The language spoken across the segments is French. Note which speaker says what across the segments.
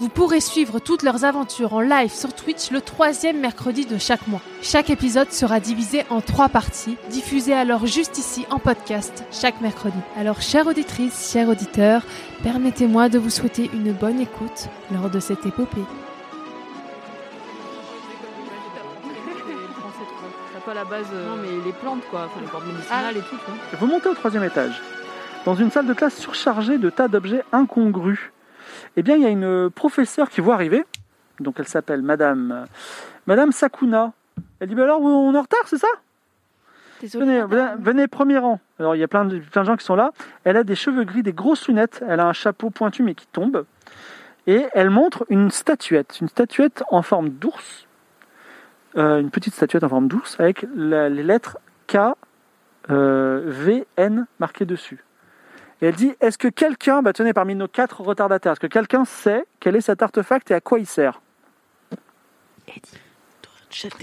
Speaker 1: Vous pourrez suivre toutes leurs aventures en live sur Twitch le troisième mercredi de chaque mois. Chaque épisode sera divisé en trois parties, diffusées alors juste ici en podcast chaque mercredi. Alors, chère auditrice, chers auditeurs, Permettez-moi de vous souhaiter une bonne écoute lors de cette épopée.
Speaker 2: T'as pas la base, euh, non mais les plantes quoi, enfin les plantes
Speaker 3: Ah.
Speaker 2: médicinales et tout. quoi.
Speaker 4: Vous montez au troisième étage, dans une salle de classe surchargée de tas d'objets incongrus. Eh bien, il y a une euh, professeure qui voit arriver, donc elle s'appelle Madame, euh, Madame Sakuna. Elle dit, bah alors, on est en retard, c'est ça
Speaker 2: Désolée,
Speaker 4: venez,
Speaker 2: madame.
Speaker 4: venez- venez, premier rang. Alors, il y a plein de, plein de gens qui sont là. Elle a des cheveux gris, des grosses lunettes, elle a un chapeau pointu mais qui tombe. Et elle montre une statuette, une statuette en forme d'ours, Euh, une petite statuette en forme d'ours avec la- les lettres K, euh, V, N marquées dessus. Et elle dit, est-ce que quelqu'un, bah tenez, parmi nos quatre retardataires, est-ce que quelqu'un sait quel est cet artefact et à quoi il sert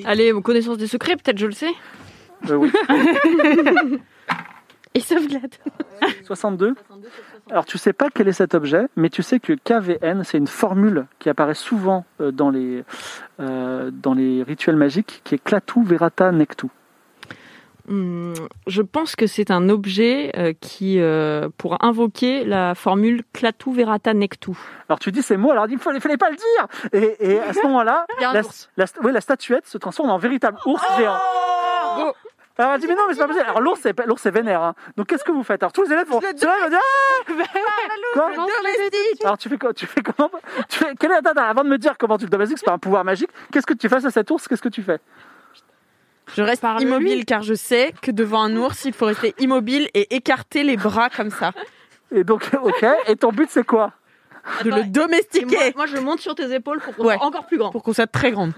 Speaker 2: Allez, mon connaissance des secrets, peut-être je le sais.
Speaker 4: Euh, oui.
Speaker 3: Et sauvegarde.
Speaker 4: 62. Alors tu sais pas quel est cet objet, mais tu sais que KVN, c'est une formule qui apparaît souvent euh, dans les, euh, dans les rituels magiques, qui est Klaatu Verata Nektu.
Speaker 3: Hmm, je pense que c'est un objet euh, qui, euh, pour invoquer la formule Clatu Verata Nectu.
Speaker 4: Alors tu dis ces mots, alors il ne fallait, fallait pas le dire Et, et à ce moment-là,
Speaker 2: Il y a un
Speaker 4: la,
Speaker 2: ours. Oh
Speaker 4: la- oui, la statuette se transforme en véritable ours géant.
Speaker 2: Go.
Speaker 4: Alors elle dit mais non mais c'est pas possible. Alors l'ours c'est pas- l'ours c'est vénère. hein. Donc qu'est-ce que vous faites Alors tous les élèves vont. Ceux-là, ils vont dire ah Quoi Alors tu fais quoi Tu fais comment Tu fais quelle est- attends, attends, avant de me dire comment tu le domestiques c'est pas un pouvoir magique. Qu'est-ce que tu fais à cet ours Qu'est-ce que tu fais
Speaker 5: Je reste immobile car je sais que devant un ours, il faut rester immobile et écarter les bras comme ça.
Speaker 4: Et donc ok. Et ton but c'est quoi
Speaker 5: De le
Speaker 3: Et moi,
Speaker 5: domestiquer
Speaker 3: moi, je monte sur tes épaules pour qu'on
Speaker 5: Ouais.
Speaker 3: soit encore plus grand.
Speaker 5: pour qu'on soit très grande.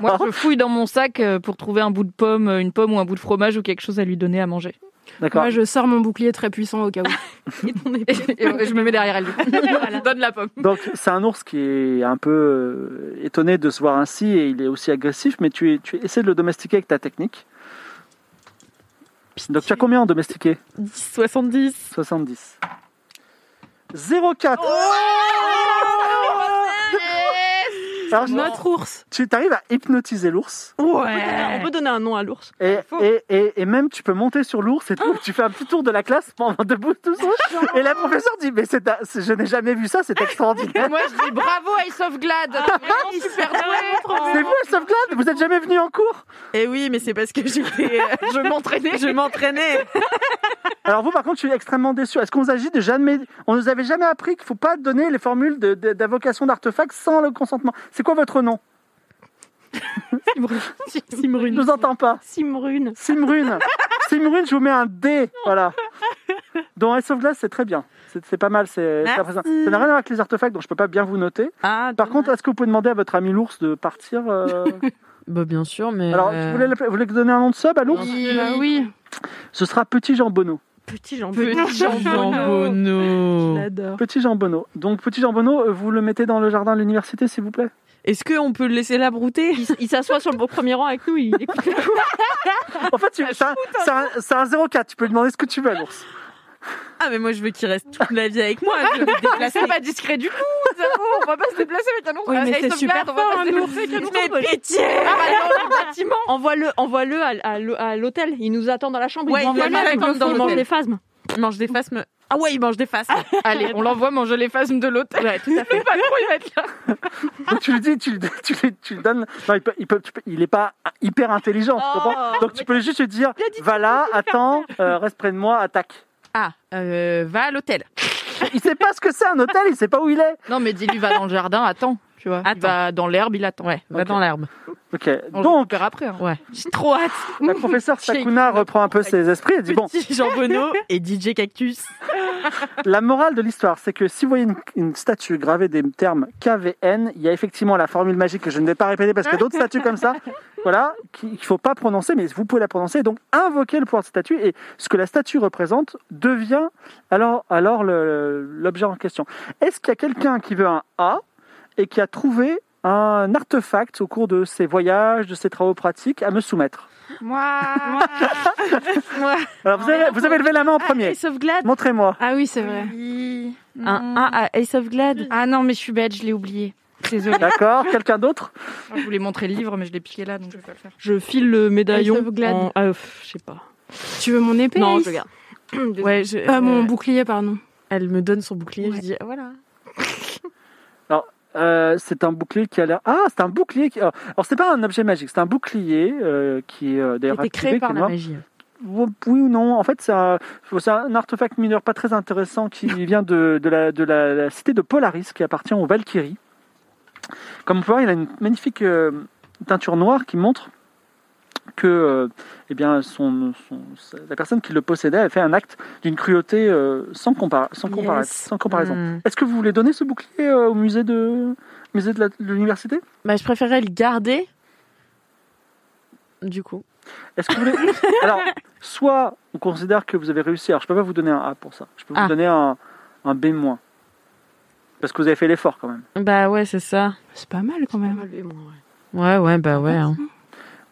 Speaker 6: Moi,
Speaker 4: D'accord.
Speaker 6: je fouille dans mon sac euh, pour trouver un bout de pomme, euh, une pomme ou un bout de fromage ou quelque chose à lui donner à manger.
Speaker 4: D'accord.
Speaker 6: Moi, je sors mon bouclier très puissant au cas où. et, et je me mets derrière elle. Je donne la pomme.
Speaker 4: Donc c'est un ours qui est un peu euh, étonné de se voir ainsi et il est aussi agressif, mais tu, tu essaies de le domestiquer avec ta technique. Donc tu as combien en domestiqué
Speaker 5: 10, 70.
Speaker 4: 70. 04 Alors,
Speaker 5: Notre ours.
Speaker 4: Tu t'arrives à hypnotiser l'ours
Speaker 3: On peut donner un nom à l'ours.
Speaker 4: et,
Speaker 3: Faux.
Speaker 4: et, et, et même tu peux monter sur l'ours et tout, tu fais un petit tour de la classe pendant debout tout seul. Et la professeure dit mais c'est un- c'est- je n'ai jamais vu ça, c'est extraordinaire.
Speaker 6: Moi, je dis bravo à Ice of Glad.
Speaker 3: Ah,
Speaker 6: super
Speaker 4: C'est vous, Sofglad, vous n'êtes jamais venu en cours
Speaker 5: Eh oui, mais c'est parce que j'étais-
Speaker 6: Je m'entraînais.
Speaker 5: je m'entraînais.
Speaker 4: Alors vous, par contre, je suis extrêmement déçu. Est-ce qu'on vous a dit de jamais... On nous avait jamais appris qu'il faut pas donner les formules de- de- d'invocation d'artefacts sans le consentement. C'est quoi votre nom Je
Speaker 3: Simrune.
Speaker 4: ne vous entends pas.
Speaker 3: Simrune.
Speaker 4: Simrune. Simrune, je vous mets un D. Voilà. Dans Ice of Glass, c'est très bien. C'est c'est pas mal. c'est- c'est
Speaker 5: Merci.
Speaker 4: impressionnant. Ça n'a rien à voir avec les artefacts, donc je peux pas bien vous noter.
Speaker 5: Ah,
Speaker 4: Par contre, est-ce que vous pouvez demander à votre ami l'ours de partir euh,
Speaker 5: bah, bien sûr, mais. euh,
Speaker 4: Alors,
Speaker 3: Euh.
Speaker 4: vous voulez, l'appeler- vous voulez donner un nom de sub à l'ours
Speaker 7: bah
Speaker 6: oui.
Speaker 4: Ce sera Petit Jean Bonneau.
Speaker 3: Petit jambon.
Speaker 5: Petit
Speaker 6: Oh.
Speaker 5: jambonneau.
Speaker 3: J'adore.
Speaker 4: Petit Jean Bonneau. Donc, Petit Jean Bonneau, euh, vous le mettez dans le jardin de l'université, s'il vous plaît
Speaker 5: Est-ce qu'on peut le laisser là brouter
Speaker 3: Il, s- il s'assoit sur le beau premier rang avec nous. Il écoute.
Speaker 4: En fait, tu- c'est un, c'est un- c'est un 04, tu peux lui demander ce que tu veux à l'ours.
Speaker 5: Ah, mais moi, je veux qu'il reste toute la vie avec moi. Je vais me déplacer.
Speaker 6: C'est pas discret du tout. On va pas se déplacer avec un ours.
Speaker 5: Oui, mais
Speaker 6: Ice
Speaker 5: c'est
Speaker 6: of
Speaker 5: super
Speaker 6: Glad, on va pas
Speaker 5: fort,
Speaker 6: se
Speaker 5: un ours.
Speaker 6: déplacer avec un ours.
Speaker 5: Mais pitié bah,
Speaker 3: Envoie-le envoie -le à, à l'hôtel. Il nous attend dans la chambre.
Speaker 5: Ouais,
Speaker 3: il nous
Speaker 5: il
Speaker 3: envoie
Speaker 5: nous attend
Speaker 3: dans
Speaker 5: dans
Speaker 3: le
Speaker 5: l'hôtel.
Speaker 3: phasmes.
Speaker 5: mange des phasmes Ah ouais, il mange des faces.
Speaker 6: Allez, on l'envoie manger les phasmes de l'hôtel.
Speaker 5: Ouais, tout à fait.
Speaker 6: Le patron, il va être là.
Speaker 4: Donc, tu lui dis, tu, le- tu, le- tu le donnes. Non, il, peut, il, peut- tu peux- il est pas hyper intelligent, tu comprends Donc tu peux juste lui dire, va là, attends, euh, reste près de moi, attaque.
Speaker 5: Ah, euh, va à l'hôtel.
Speaker 4: Il sait pas ce que c'est un hôtel, il sait pas où il est.
Speaker 6: Non, mais dis-lui, va dans le jardin, attends. Tu vois,
Speaker 5: Attends.
Speaker 6: Il va dans l'herbe, il attend.
Speaker 5: Ouais, va
Speaker 4: Ok.
Speaker 5: dans l'herbe.
Speaker 4: Ok.
Speaker 6: On le
Speaker 4: Donc
Speaker 6: récupère après. hein.
Speaker 5: J'ai trop hâte.
Speaker 4: la professeure Sakuna reprend un peu ses esprits et dit bon,
Speaker 5: Petit Jean Bonneau et DJ Cactus.
Speaker 4: La morale de l'histoire, c'est que si vous voyez une, une statue gravée des termes KVN, il y a effectivement la formule magique que je ne vais pas répéter parce qu'il y a d'autres statues comme ça, voilà, qu'il ne faut pas prononcer, mais vous pouvez la prononcer. Donc, invoquer le pouvoir de statue et ce que la statue représente devient alors, alors le- l'objet en question. Est-ce qu'il y a quelqu'un qui veut un A et qui a trouvé un artefact au cours de ses voyages, de ses travaux pratiques à me soumettre
Speaker 6: Moi.
Speaker 4: Alors, vous avez, vous avez levé la main en premier.
Speaker 5: Ace of Glad.
Speaker 4: Montrez-moi.
Speaker 6: Ah oui, c'est vrai.
Speaker 5: Un 1 à Ace of Glad.
Speaker 6: Ah non, mais je suis bête, je l'ai oublié. Désolée.
Speaker 4: D'accord Quelqu'un d'autre
Speaker 6: je voulais montrer le livre, mais je l'ai piqué là, donc je vais pas le faire.
Speaker 3: Je file le médaillon.
Speaker 6: Ace of Glad.
Speaker 3: en- ah, pff, je sais pas.
Speaker 7: Tu veux mon épée
Speaker 3: Non,
Speaker 7: Aïs
Speaker 3: je regarde.
Speaker 5: Ouais, je-
Speaker 7: Ah, mon
Speaker 5: euh,
Speaker 7: bouclier, pardon.
Speaker 5: Elle me donne son bouclier. Je dis ah, voilà.
Speaker 4: Euh, c'est un bouclier qui a l'air. Ah, c'est un bouclier. Qui... Alors, alors, c'est pas un objet magique, c'est un bouclier euh, qui est euh, d'ailleurs
Speaker 5: C'était
Speaker 4: activé,
Speaker 5: créé
Speaker 4: qui
Speaker 5: par
Speaker 4: est
Speaker 5: la
Speaker 4: noir.
Speaker 5: ah, magie.
Speaker 4: Ou- Oui ou non En fait, c'est un, c'est un artefact mineur pas très intéressant qui vient de, de la, de la- la cité de Polaris, qui appartient aux Valkyries. Comme vous pouvez voir, il a une magnifique euh, teinture noire qui montre que euh, eh bien, son, son- la personne qui le possédait a fait un acte d'une cruauté euh, sans, compara- sans, compara-
Speaker 5: Yes.
Speaker 4: sans comparaison.
Speaker 5: Hmm.
Speaker 4: Est-ce que vous voulez donner ce bouclier euh, au musée de, musée de la- de l'université
Speaker 5: Bah, je préférerais le garder. Du coup.
Speaker 4: Est-ce que vous voulez Alors, soit on considère que vous avez réussi. Alors, je peux pas vous donner un A pour ça. Je peux vous
Speaker 5: Ah.
Speaker 4: donner un, un B-. Parce que vous avez fait l'effort quand même.
Speaker 5: Bah ouais, c'est ça.
Speaker 7: C'est pas mal quand même.
Speaker 5: Ouais, ouais, bah ouais. hein.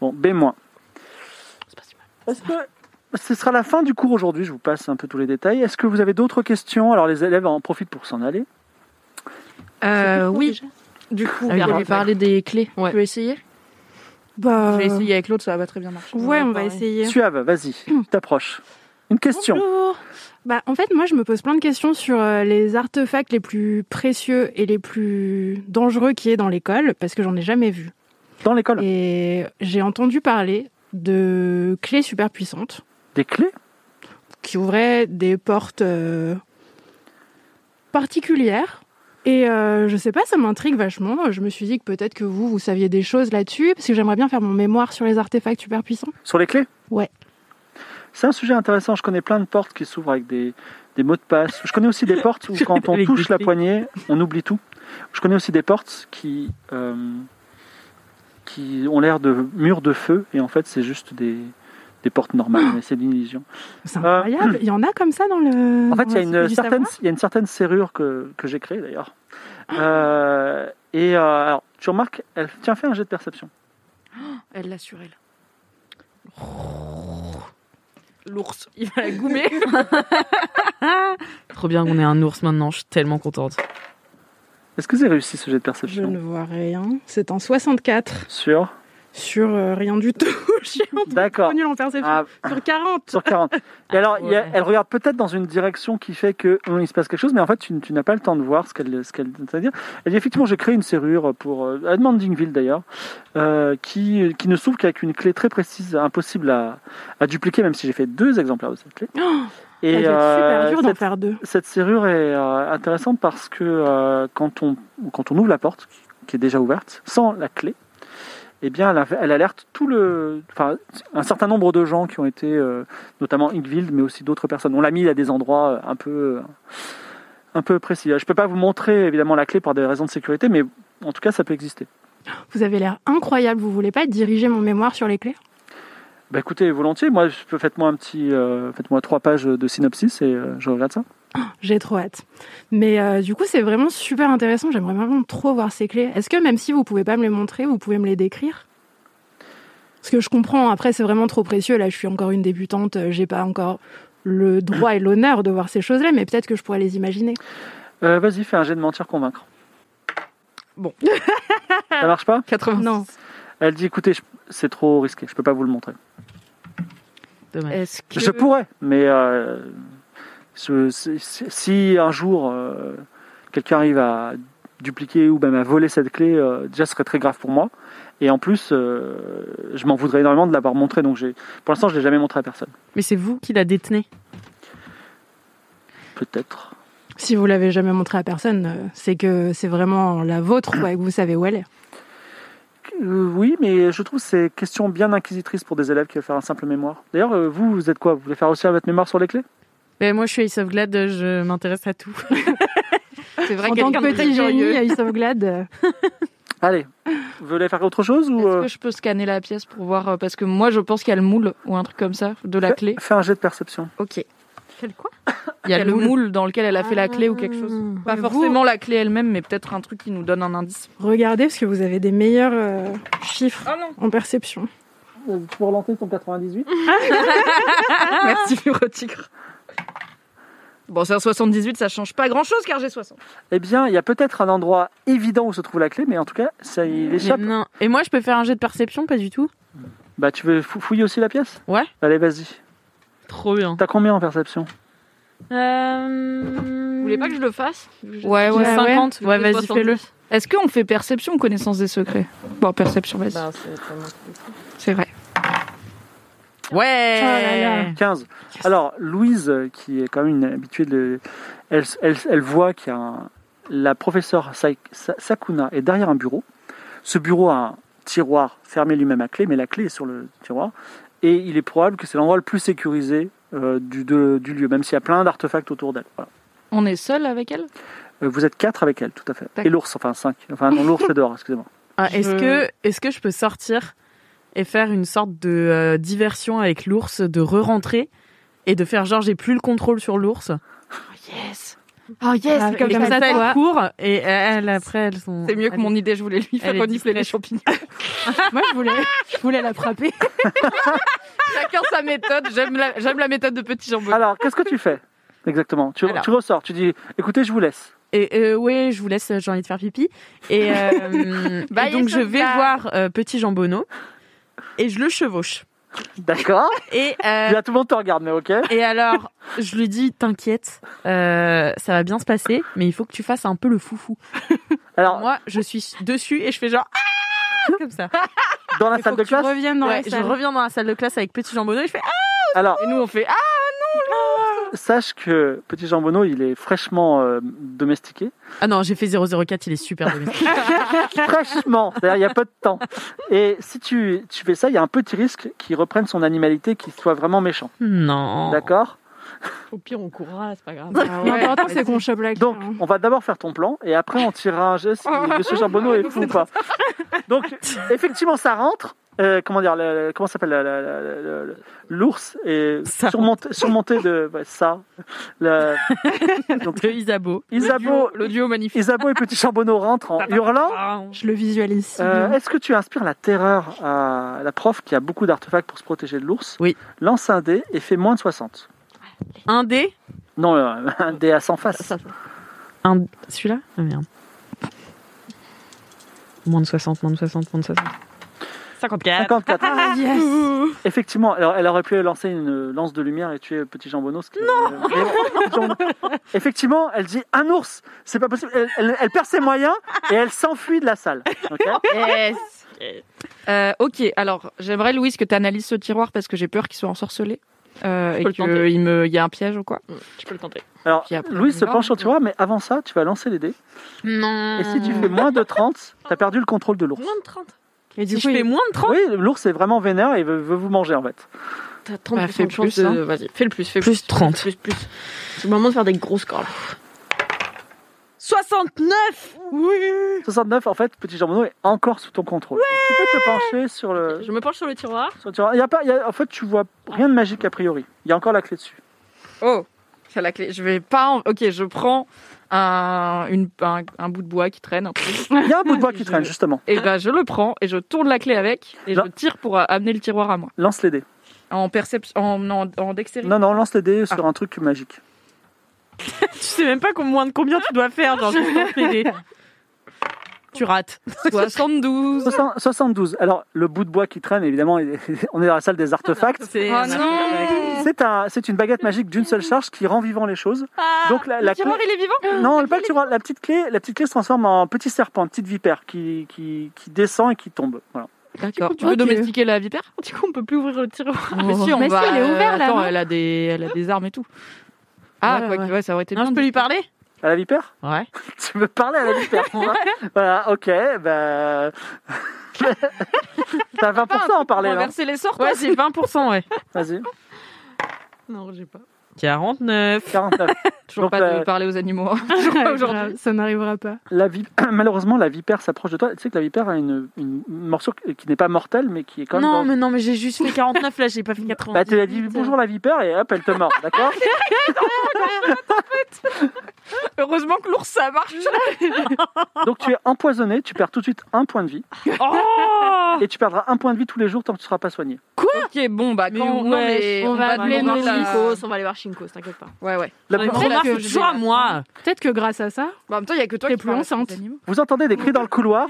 Speaker 4: Bon, B-. Est-ce que ce sera la fin du cours aujourd'hui Je vous passe un peu tous les détails. Est-ce que vous avez d'autres questions Alors, les élèves en profitent pour s'en aller.
Speaker 6: Euh, oui.
Speaker 5: Du coup,
Speaker 6: On va lui parler des clés.
Speaker 5: Ouais.
Speaker 6: Tu veux essayer
Speaker 7: Bah.
Speaker 6: Je vais essayer avec l'autre, ça va très bien marcher.
Speaker 7: Ouais, on va
Speaker 5: pareil.
Speaker 7: essayer.
Speaker 4: Suave, vas-y, tu t'approches. Une question.
Speaker 7: Bonjour. Bah, en fait, moi, je me pose plein de questions sur euh, les artefacts les plus précieux et les plus dangereux qui est dans l'école, parce que j'en ai jamais vu.
Speaker 4: Dans l'école,
Speaker 7: Et j'ai entendu parler de clés super puissantes
Speaker 4: des clés
Speaker 7: qui ouvraient des portes euh, particulières. Et euh, je sais pas, ça m'intrigue vachement. Je me suis dit que peut-être que vous, vous saviez des choses là-dessus, parce que j'aimerais bien faire mon mémoire sur les artefacts super puissants.
Speaker 4: Sur les clés
Speaker 7: Ouais.
Speaker 4: C'est un sujet intéressant. Je connais plein de portes qui s'ouvrent avec des, des mots de passe. Je connais aussi des portes où, quand on
Speaker 5: Avec
Speaker 4: touche
Speaker 5: des
Speaker 4: la
Speaker 5: clés.
Speaker 4: poignée, on oublie tout. Je connais aussi des portes qui, euh, qui ont l'air de murs de feu et en fait, c'est juste des, des portes normales. mais c'est une illusion.
Speaker 7: C'est incroyable. Il y en a comme ça dans le.
Speaker 4: Ah. En fait,
Speaker 7: dans
Speaker 4: il y, a une
Speaker 7: la Cité du
Speaker 4: certaine,
Speaker 7: Savoir
Speaker 4: il y a une certaine serrure que, que j'ai créée d'ailleurs. Euh, et euh, alors, tu remarques, elle, tiens, fais un jet de perception.
Speaker 6: Elle l'a sur elle.
Speaker 5: L'ours.
Speaker 6: Il va la goumer.
Speaker 3: Trop bien qu'on ait un ours maintenant, je suis tellement contente.
Speaker 4: Est-ce que c'est réussi ce jet de
Speaker 7: Je
Speaker 4: perception
Speaker 7: ne vois rien. C'est en 64
Speaker 4: Sur
Speaker 7: sur euh, rien du tout. Je suis un peu
Speaker 4: D'accord.
Speaker 7: nulle en perception.
Speaker 4: Ah,
Speaker 7: Sur 40.
Speaker 4: sur 40. Et alors,
Speaker 7: Ah
Speaker 4: il y a-
Speaker 5: Ouais.
Speaker 4: elle regarde peut-être dans une direction qui fait que hum, il se passe quelque chose, mais en fait, tu, tu n'as pas le temps de voir ce qu'elle ce qu'elle à dire. Elle dit effectivement, j'ai créé une serrure pour euh, à Demandingville d'ailleurs, euh, qui, qui ne s'ouvre qu'avec une clé très précise, impossible à, à dupliquer, même si j'ai fait deux exemplaires de cette clé.
Speaker 7: Oh, Ça
Speaker 4: Et
Speaker 7: doit être super
Speaker 4: euh,
Speaker 7: dur d'en
Speaker 4: cette,
Speaker 7: faire deux.
Speaker 4: cette serrure est euh, intéressante parce que euh, quand on quand on ouvre la porte, qui est déjà ouverte, sans la clé. Eh bien, elle, a- elle alerte tout le, enfin, un certain nombre de gens qui ont été, euh, notamment Ingvild, mais aussi d'autres personnes. On l'a mis à des endroits euh, un peu, un peu précis. Je peux pas vous montrer évidemment la clé pour des raisons de sécurité, mais en tout cas, ça peut exister.
Speaker 7: Vous avez l'air incroyable. Vous voulez pas diriger mon mémoire sur les clés
Speaker 4: Bah, écoutez, volontiers. Moi, je peux- faites-moi un petit, euh, faites-moi trois pages de synopsis et euh, je regarde ça.
Speaker 7: J'ai trop hâte. Mais euh, du coup, c'est vraiment super intéressant. J'aimerais vraiment trop voir ces clés. Est-ce que même si vous pouvez pas me les montrer, vous pouvez me les décrire Parce que je comprends. Après, c'est vraiment trop précieux. Là, je suis encore une débutante. euh, J'ai pas encore le droit et l'honneur de voir ces choses-là, mais peut-être que je pourrais les imaginer.
Speaker 4: Euh, Vas-y, fais un jet de mentir convaincre.
Speaker 5: Bon.
Speaker 4: ça marche pas
Speaker 6: 80.
Speaker 7: Non.
Speaker 4: Elle dit écoutez, je- c'est trop risqué, je peux pas vous le montrer.
Speaker 5: Dommage.
Speaker 6: Est-ce que
Speaker 4: Je pourrais, mais euh, Ce- si- si si un jour euh, quelqu'un arrive à dupliquer ou même à voler cette clé, euh, déjà ce serait très grave pour moi. Et en plus, euh, je m'en voudrais énormément de l'avoir montré. Donc j'ai, pour l'instant, je l'ai jamais montré à personne.
Speaker 5: Mais c'est vous qui la détenez.
Speaker 4: Peut-être.
Speaker 7: Si vous l'avez jamais montré à personne, euh, c'est que c'est vraiment la vôtre quoi, et que vous savez où elle est.
Speaker 4: Euh, oui, mais je trouve que c'est question bien inquisitrice pour des élèves qui veulent faire un simple mémoire. D'ailleurs, euh, vous, vous êtes quoi Vous voulez faire aussi votre mémoire sur les clés
Speaker 5: Mais Ben, moi, je suis Ace of Glad, je m'intéresse à tout.
Speaker 6: C'est vrai
Speaker 7: en tant
Speaker 6: quelqu'un
Speaker 7: que
Speaker 6: de très
Speaker 7: petit génie
Speaker 6: curieux.
Speaker 7: à Isomglad, euh,
Speaker 4: Allez, vous voulez faire autre chose ou
Speaker 6: Est-ce
Speaker 4: euh,
Speaker 6: que je peux scanner la pièce pour voir euh, Parce que moi, je pense qu'il y a le moule ou un truc comme ça, de la
Speaker 4: fais-
Speaker 6: clé.
Speaker 4: fais un jet de perception.
Speaker 5: Ok. Quel quoi
Speaker 6: Il y a le moule dans lequel elle a fait la clé ou quelque chose. Pas
Speaker 7: Mais
Speaker 6: forcément la clé elle-même, mais peut-être un truc qui nous donne un indice.
Speaker 7: regardez parce que vous avez des meilleurs euh, chiffres en perception.
Speaker 4: Euh, Pour lancer ton 98
Speaker 5: Merci, Furotigre.
Speaker 6: Bon, c'est un 78, ça change pas grand-chose car j'ai 60.
Speaker 4: Eh bien, il y a peut-être un endroit évident où se trouve la clé, mais en tout cas, ça
Speaker 6: Mm.
Speaker 4: il échappe.
Speaker 5: Non. Et moi, je peux faire un jet de perception Pas du tout.
Speaker 4: Bah, tu veux fou- fouiller aussi la pièce
Speaker 5: Ouais.
Speaker 4: Allez, vas-y.
Speaker 5: Trop bien.
Speaker 4: T'as combien en perception
Speaker 5: Euh...
Speaker 6: Vous voulez pas que je le fasse
Speaker 5: Ouais, ouais,
Speaker 7: ouais.
Speaker 5: 50. Ouais, vas-y,
Speaker 6: 70.
Speaker 5: fais-le.
Speaker 6: Est-ce qu'on fait perception ou connaissance des secrets Bon, perception, vas-y.
Speaker 3: Bah.
Speaker 6: c'est vrai.
Speaker 5: Ouais
Speaker 7: Oh là là.
Speaker 4: 15. Alors, Louise, euh, qui est quand même une habituée de. Elle, s- elle, elle voit qu'il y a un- La professeure Sa- Sa- Sakuna est derrière un bureau. Ce bureau a un tiroir fermé lui-même à clé, mais la clé est sur le tiroir. Et il est probable que c'est l'endroit le plus sécurisé euh, du, de- du lieu, même s'il y a plein d'artefacts autour d'elle. Voilà.
Speaker 6: On est seul avec elle
Speaker 4: Euh, Vous êtes quatre avec elle, tout à fait.
Speaker 6: D'accord.
Speaker 4: Et l'ours, enfin cinq. Enfin non, l'ours est dehors, excusez-moi.
Speaker 5: Ah, est-ce
Speaker 6: Je-
Speaker 5: que est-ce que je peux sortir et faire une sorte de euh, diversion avec l'ours, de re-rentrer et de faire genre j'ai plus le contrôle sur l'ours
Speaker 6: Yes Oh yes,
Speaker 7: Ah,
Speaker 6: c'est comme
Speaker 7: et
Speaker 6: ça.
Speaker 7: comme ça,
Speaker 5: elle
Speaker 7: toi.
Speaker 5: court et elles après elles sont.
Speaker 6: C'est mieux que mon idée, je voulais lui faire
Speaker 5: Elle est
Speaker 6: renifler les
Speaker 5: discrète.
Speaker 6: champignons.
Speaker 7: Moi je voulais, je voulais la frapper.
Speaker 6: Chacun sa méthode, j'aime la, j'aime la méthode de Petit Jambon.
Speaker 4: Alors, qu'est-ce que tu fais Exactement. Tu,
Speaker 5: Alors.
Speaker 4: tu ressors, tu dis écoutez, je vous laisse.
Speaker 5: Et euh, ouais, je vous laisse, j'ai envie de faire pipi. Et, euh, et
Speaker 6: Bye,
Speaker 5: donc je vais
Speaker 6: Sophia.
Speaker 5: voir euh, petit jambonneau et je le chevauche.
Speaker 4: D'accord
Speaker 5: Et euh,
Speaker 4: Là, tout le monde te regarde, mais ok.
Speaker 5: Et alors, je lui dis, t'inquiète, euh, ça va bien se passer, mais il faut que tu fasses un peu le foufou.
Speaker 4: Alors,
Speaker 5: Moi, je suis dessus et je fais genre Ah comme ça.
Speaker 4: dans la
Speaker 7: Il faut
Speaker 4: salle
Speaker 7: que
Speaker 4: de
Speaker 7: tu
Speaker 4: classe,
Speaker 7: reviennes dans
Speaker 5: Ouais,
Speaker 7: la
Speaker 5: je
Speaker 7: salle.
Speaker 5: reviens dans la salle de classe avec Petit Jean Bonneau et je fais Ah
Speaker 4: alors
Speaker 5: Et nous, on fait Ah
Speaker 4: sache que Petit Jean Bonneau, il est fraîchement euh, domestiqué.
Speaker 5: Ah non, j'ai fait 004, il est super domestique.
Speaker 4: Fraîchement D'ailleurs, il n'y a pas de temps. Et si tu, tu fais ça, il y a un petit risque qu'il reprenne son animalité, qu'il soit vraiment méchant.
Speaker 3: Oh.
Speaker 5: non.
Speaker 4: D'accord
Speaker 3: Au pire, on courra, c'est pas grave.
Speaker 7: Ah L'important c'est qu'on chope la clé.
Speaker 4: Donc,
Speaker 7: hein.
Speaker 4: on va d'abord faire ton plan, et après, on tirera un geste si Monsieur Jean Bonneau est fou ou pas. Donc, effectivement, ça rentre. Euh, comment dire le- le- Comment s'appelle la- la- la- la- la- la- L'ours est
Speaker 5: Ça
Speaker 4: surmonté, surmonté de ouais, ça. La- donc,
Speaker 5: De Isabeau.
Speaker 4: Isabeau,
Speaker 6: Le duo magnifique.
Speaker 4: Isabeau et Petit Charbonneau rentrent en hurlant.
Speaker 3: Ah,
Speaker 7: Je le visualise. si
Speaker 4: Euh,
Speaker 7: bien.
Speaker 4: Est-ce que tu inspires la terreur à la prof qui a beaucoup d'artefacts pour se protéger de l'ours
Speaker 5: Oui.
Speaker 4: Lance un dé et fais moins de 60.
Speaker 5: Un dé
Speaker 4: Non, euh, un dé à 100 faces.
Speaker 5: Un... Celui-là Ah merde. Moins de 60, moins de 60, moins de 60. 54.
Speaker 4: 54.
Speaker 7: Ah, yes.
Speaker 4: Effectivement, alors elle aurait pu lancer une lance de lumière et tuer Petit Jean Bonneau. ce qui- euh, mais bon, Petit Jean Bonneau- Effectivement, elle dit un ours, c'est pas possible. Elle, elle- elle perd ses moyens et elle s'enfuit de la salle. Ok
Speaker 6: Yes Euh, Ok, alors j'aimerais, Louise, que tu analyses ce tiroir parce que j'ai peur qu'il soit ensorcelé. Euh, et
Speaker 3: peux le tenter.
Speaker 6: qu'il me... il y a un piège ou quoi.
Speaker 3: Je peux le tenter.
Speaker 4: Alors,
Speaker 6: Puis après,
Speaker 4: Louise
Speaker 6: on
Speaker 4: se
Speaker 6: va,
Speaker 4: penche sur
Speaker 6: on
Speaker 4: le tiroir, mais avant ça, tu vas lancer les dés.
Speaker 3: Non.
Speaker 4: Et si tu fais moins de 30, t'as perdu le contrôle de l'ours.
Speaker 3: Moins de 30.
Speaker 7: Et
Speaker 5: Si
Speaker 7: du
Speaker 5: je
Speaker 7: coup, il-
Speaker 5: fais moins de 30
Speaker 4: Oui, l'ours est vraiment vénère et veut, veut vous manger en fait.
Speaker 3: T'as 30%
Speaker 6: Bah, fais
Speaker 3: de chance
Speaker 6: plus,
Speaker 3: de-
Speaker 6: hein.
Speaker 3: Vas-y, fais le plus. Fais
Speaker 5: Plus 30.
Speaker 3: Plus, plus. C'est le moment de faire des gros scores. là.
Speaker 5: 69 Oui
Speaker 4: 69, en fait, petit jambonneau est encore sous ton contrôle. tu peux te pencher sur le.
Speaker 3: Je me penche sur le tiroir.
Speaker 4: sur le tiroir. Il y a pas, il y a- en fait, tu vois rien de magique a priori. Il y a encore la clé dessus.
Speaker 6: Oh c'est la clé. Je vais pas. en- Ok, je prends un, une- un, un bout de bois qui traîne. un truc.
Speaker 4: Il y a un bout de bois qui traîne, justement.
Speaker 6: Et ben, je le prends et je tourne la clé avec et
Speaker 4: Là.
Speaker 6: je tire pour euh, amener le tiroir à moi.
Speaker 4: Lance les dés.
Speaker 6: En perception, en, non, en dextérité.
Speaker 4: Non, non, lance les dés
Speaker 6: Ah.
Speaker 4: sur un truc magique.
Speaker 5: Tu sais même pas com- moins de combien tu dois faire dans Tu rates.
Speaker 6: 72.
Speaker 4: 60 72. Alors, le bout de bois qui traîne, évidemment, il est- on est dans la salle des artefacts.
Speaker 5: C'est
Speaker 6: Oh non
Speaker 4: C'est un- c'est une baguette magique d'une seule charge qui rend vivant les choses. Donc la, la
Speaker 6: Ah, le tiroir,
Speaker 4: clé-
Speaker 6: il est vivant
Speaker 4: Non, pas le tiroir. La petite clé, la petite clé se transforme en petit serpent, une petite vipère qui, qui, qui descend et qui tombe. Voilà.
Speaker 6: D'accord. Oh. Tu veux
Speaker 7: Ok.
Speaker 6: domestiquer la vipère
Speaker 3: Du coup, on peut plus ouvrir le tiroir.
Speaker 6: Mais si, on
Speaker 7: Mais si,
Speaker 6: va,
Speaker 7: elle est
Speaker 6: euh,
Speaker 7: ouverte, là,
Speaker 6: attends,
Speaker 7: non
Speaker 6: elle a des, elle a des armes et tout. Ah,
Speaker 5: Ouais,
Speaker 6: quoi que-
Speaker 5: ouais.
Speaker 6: ouais, ça aurait été.
Speaker 5: Non,
Speaker 6: bien
Speaker 5: je peux
Speaker 6: de-
Speaker 5: lui parler
Speaker 4: À la vipère
Speaker 5: Ouais.
Speaker 4: Tu veux parler à la vipère hein Voilà, ok, bah. T'as 20% à en parler, hein
Speaker 6: Renverser les sortes.
Speaker 5: Ouais, c'est 20%, ouais.
Speaker 4: Vas-y,
Speaker 3: Non, j'ai pas.
Speaker 5: 49.
Speaker 4: 49.
Speaker 6: Toujours
Speaker 4: Donc,
Speaker 6: pas
Speaker 4: euh,
Speaker 6: de parler aux animaux.
Speaker 7: Ah, Grave, Ça n'arrivera pas.
Speaker 4: La vi- Malheureusement, la vipère s'approche de toi. Tu sais que la vipère a une, une morsure qui n'est pas mortelle, mais qui est quand même.
Speaker 5: Non,
Speaker 4: dangereuse.
Speaker 5: mais non, mais j'ai juste fait 49 là, j'ai pas fait
Speaker 7: Mm.
Speaker 5: 80.
Speaker 4: Bah, tu lui as dit bonjour la vipère et hop, elle te mord, d'accord
Speaker 6: Heureusement que l'ours ça marche.
Speaker 4: Donc tu es empoisonné, tu perds tout de suite un point de vie
Speaker 5: Oh
Speaker 4: et tu perdras un point de vie tous les jours tant que tu ne seras pas soigné.
Speaker 6: Ok, bon bah
Speaker 5: Mais
Speaker 6: quand non,
Speaker 5: ouais,
Speaker 6: mais
Speaker 5: on
Speaker 6: on
Speaker 5: va
Speaker 6: va
Speaker 5: appeler
Speaker 6: demander
Speaker 5: nos
Speaker 6: la-
Speaker 8: Chinkos, on va aller voir Chinkos, t'inquiète pas.
Speaker 6: Ouais, ouais.
Speaker 4: La-
Speaker 7: Ouais, mais-
Speaker 5: Remarque,
Speaker 7: que
Speaker 5: toujours à moi.
Speaker 7: Peut-être que grâce à ça,
Speaker 6: Bah, en même temps, il y a que toi
Speaker 7: T'es
Speaker 6: qui
Speaker 7: plus
Speaker 6: parles à
Speaker 7: enceinte.
Speaker 6: ces animaux.
Speaker 4: Vous entendez des cris dans le couloir.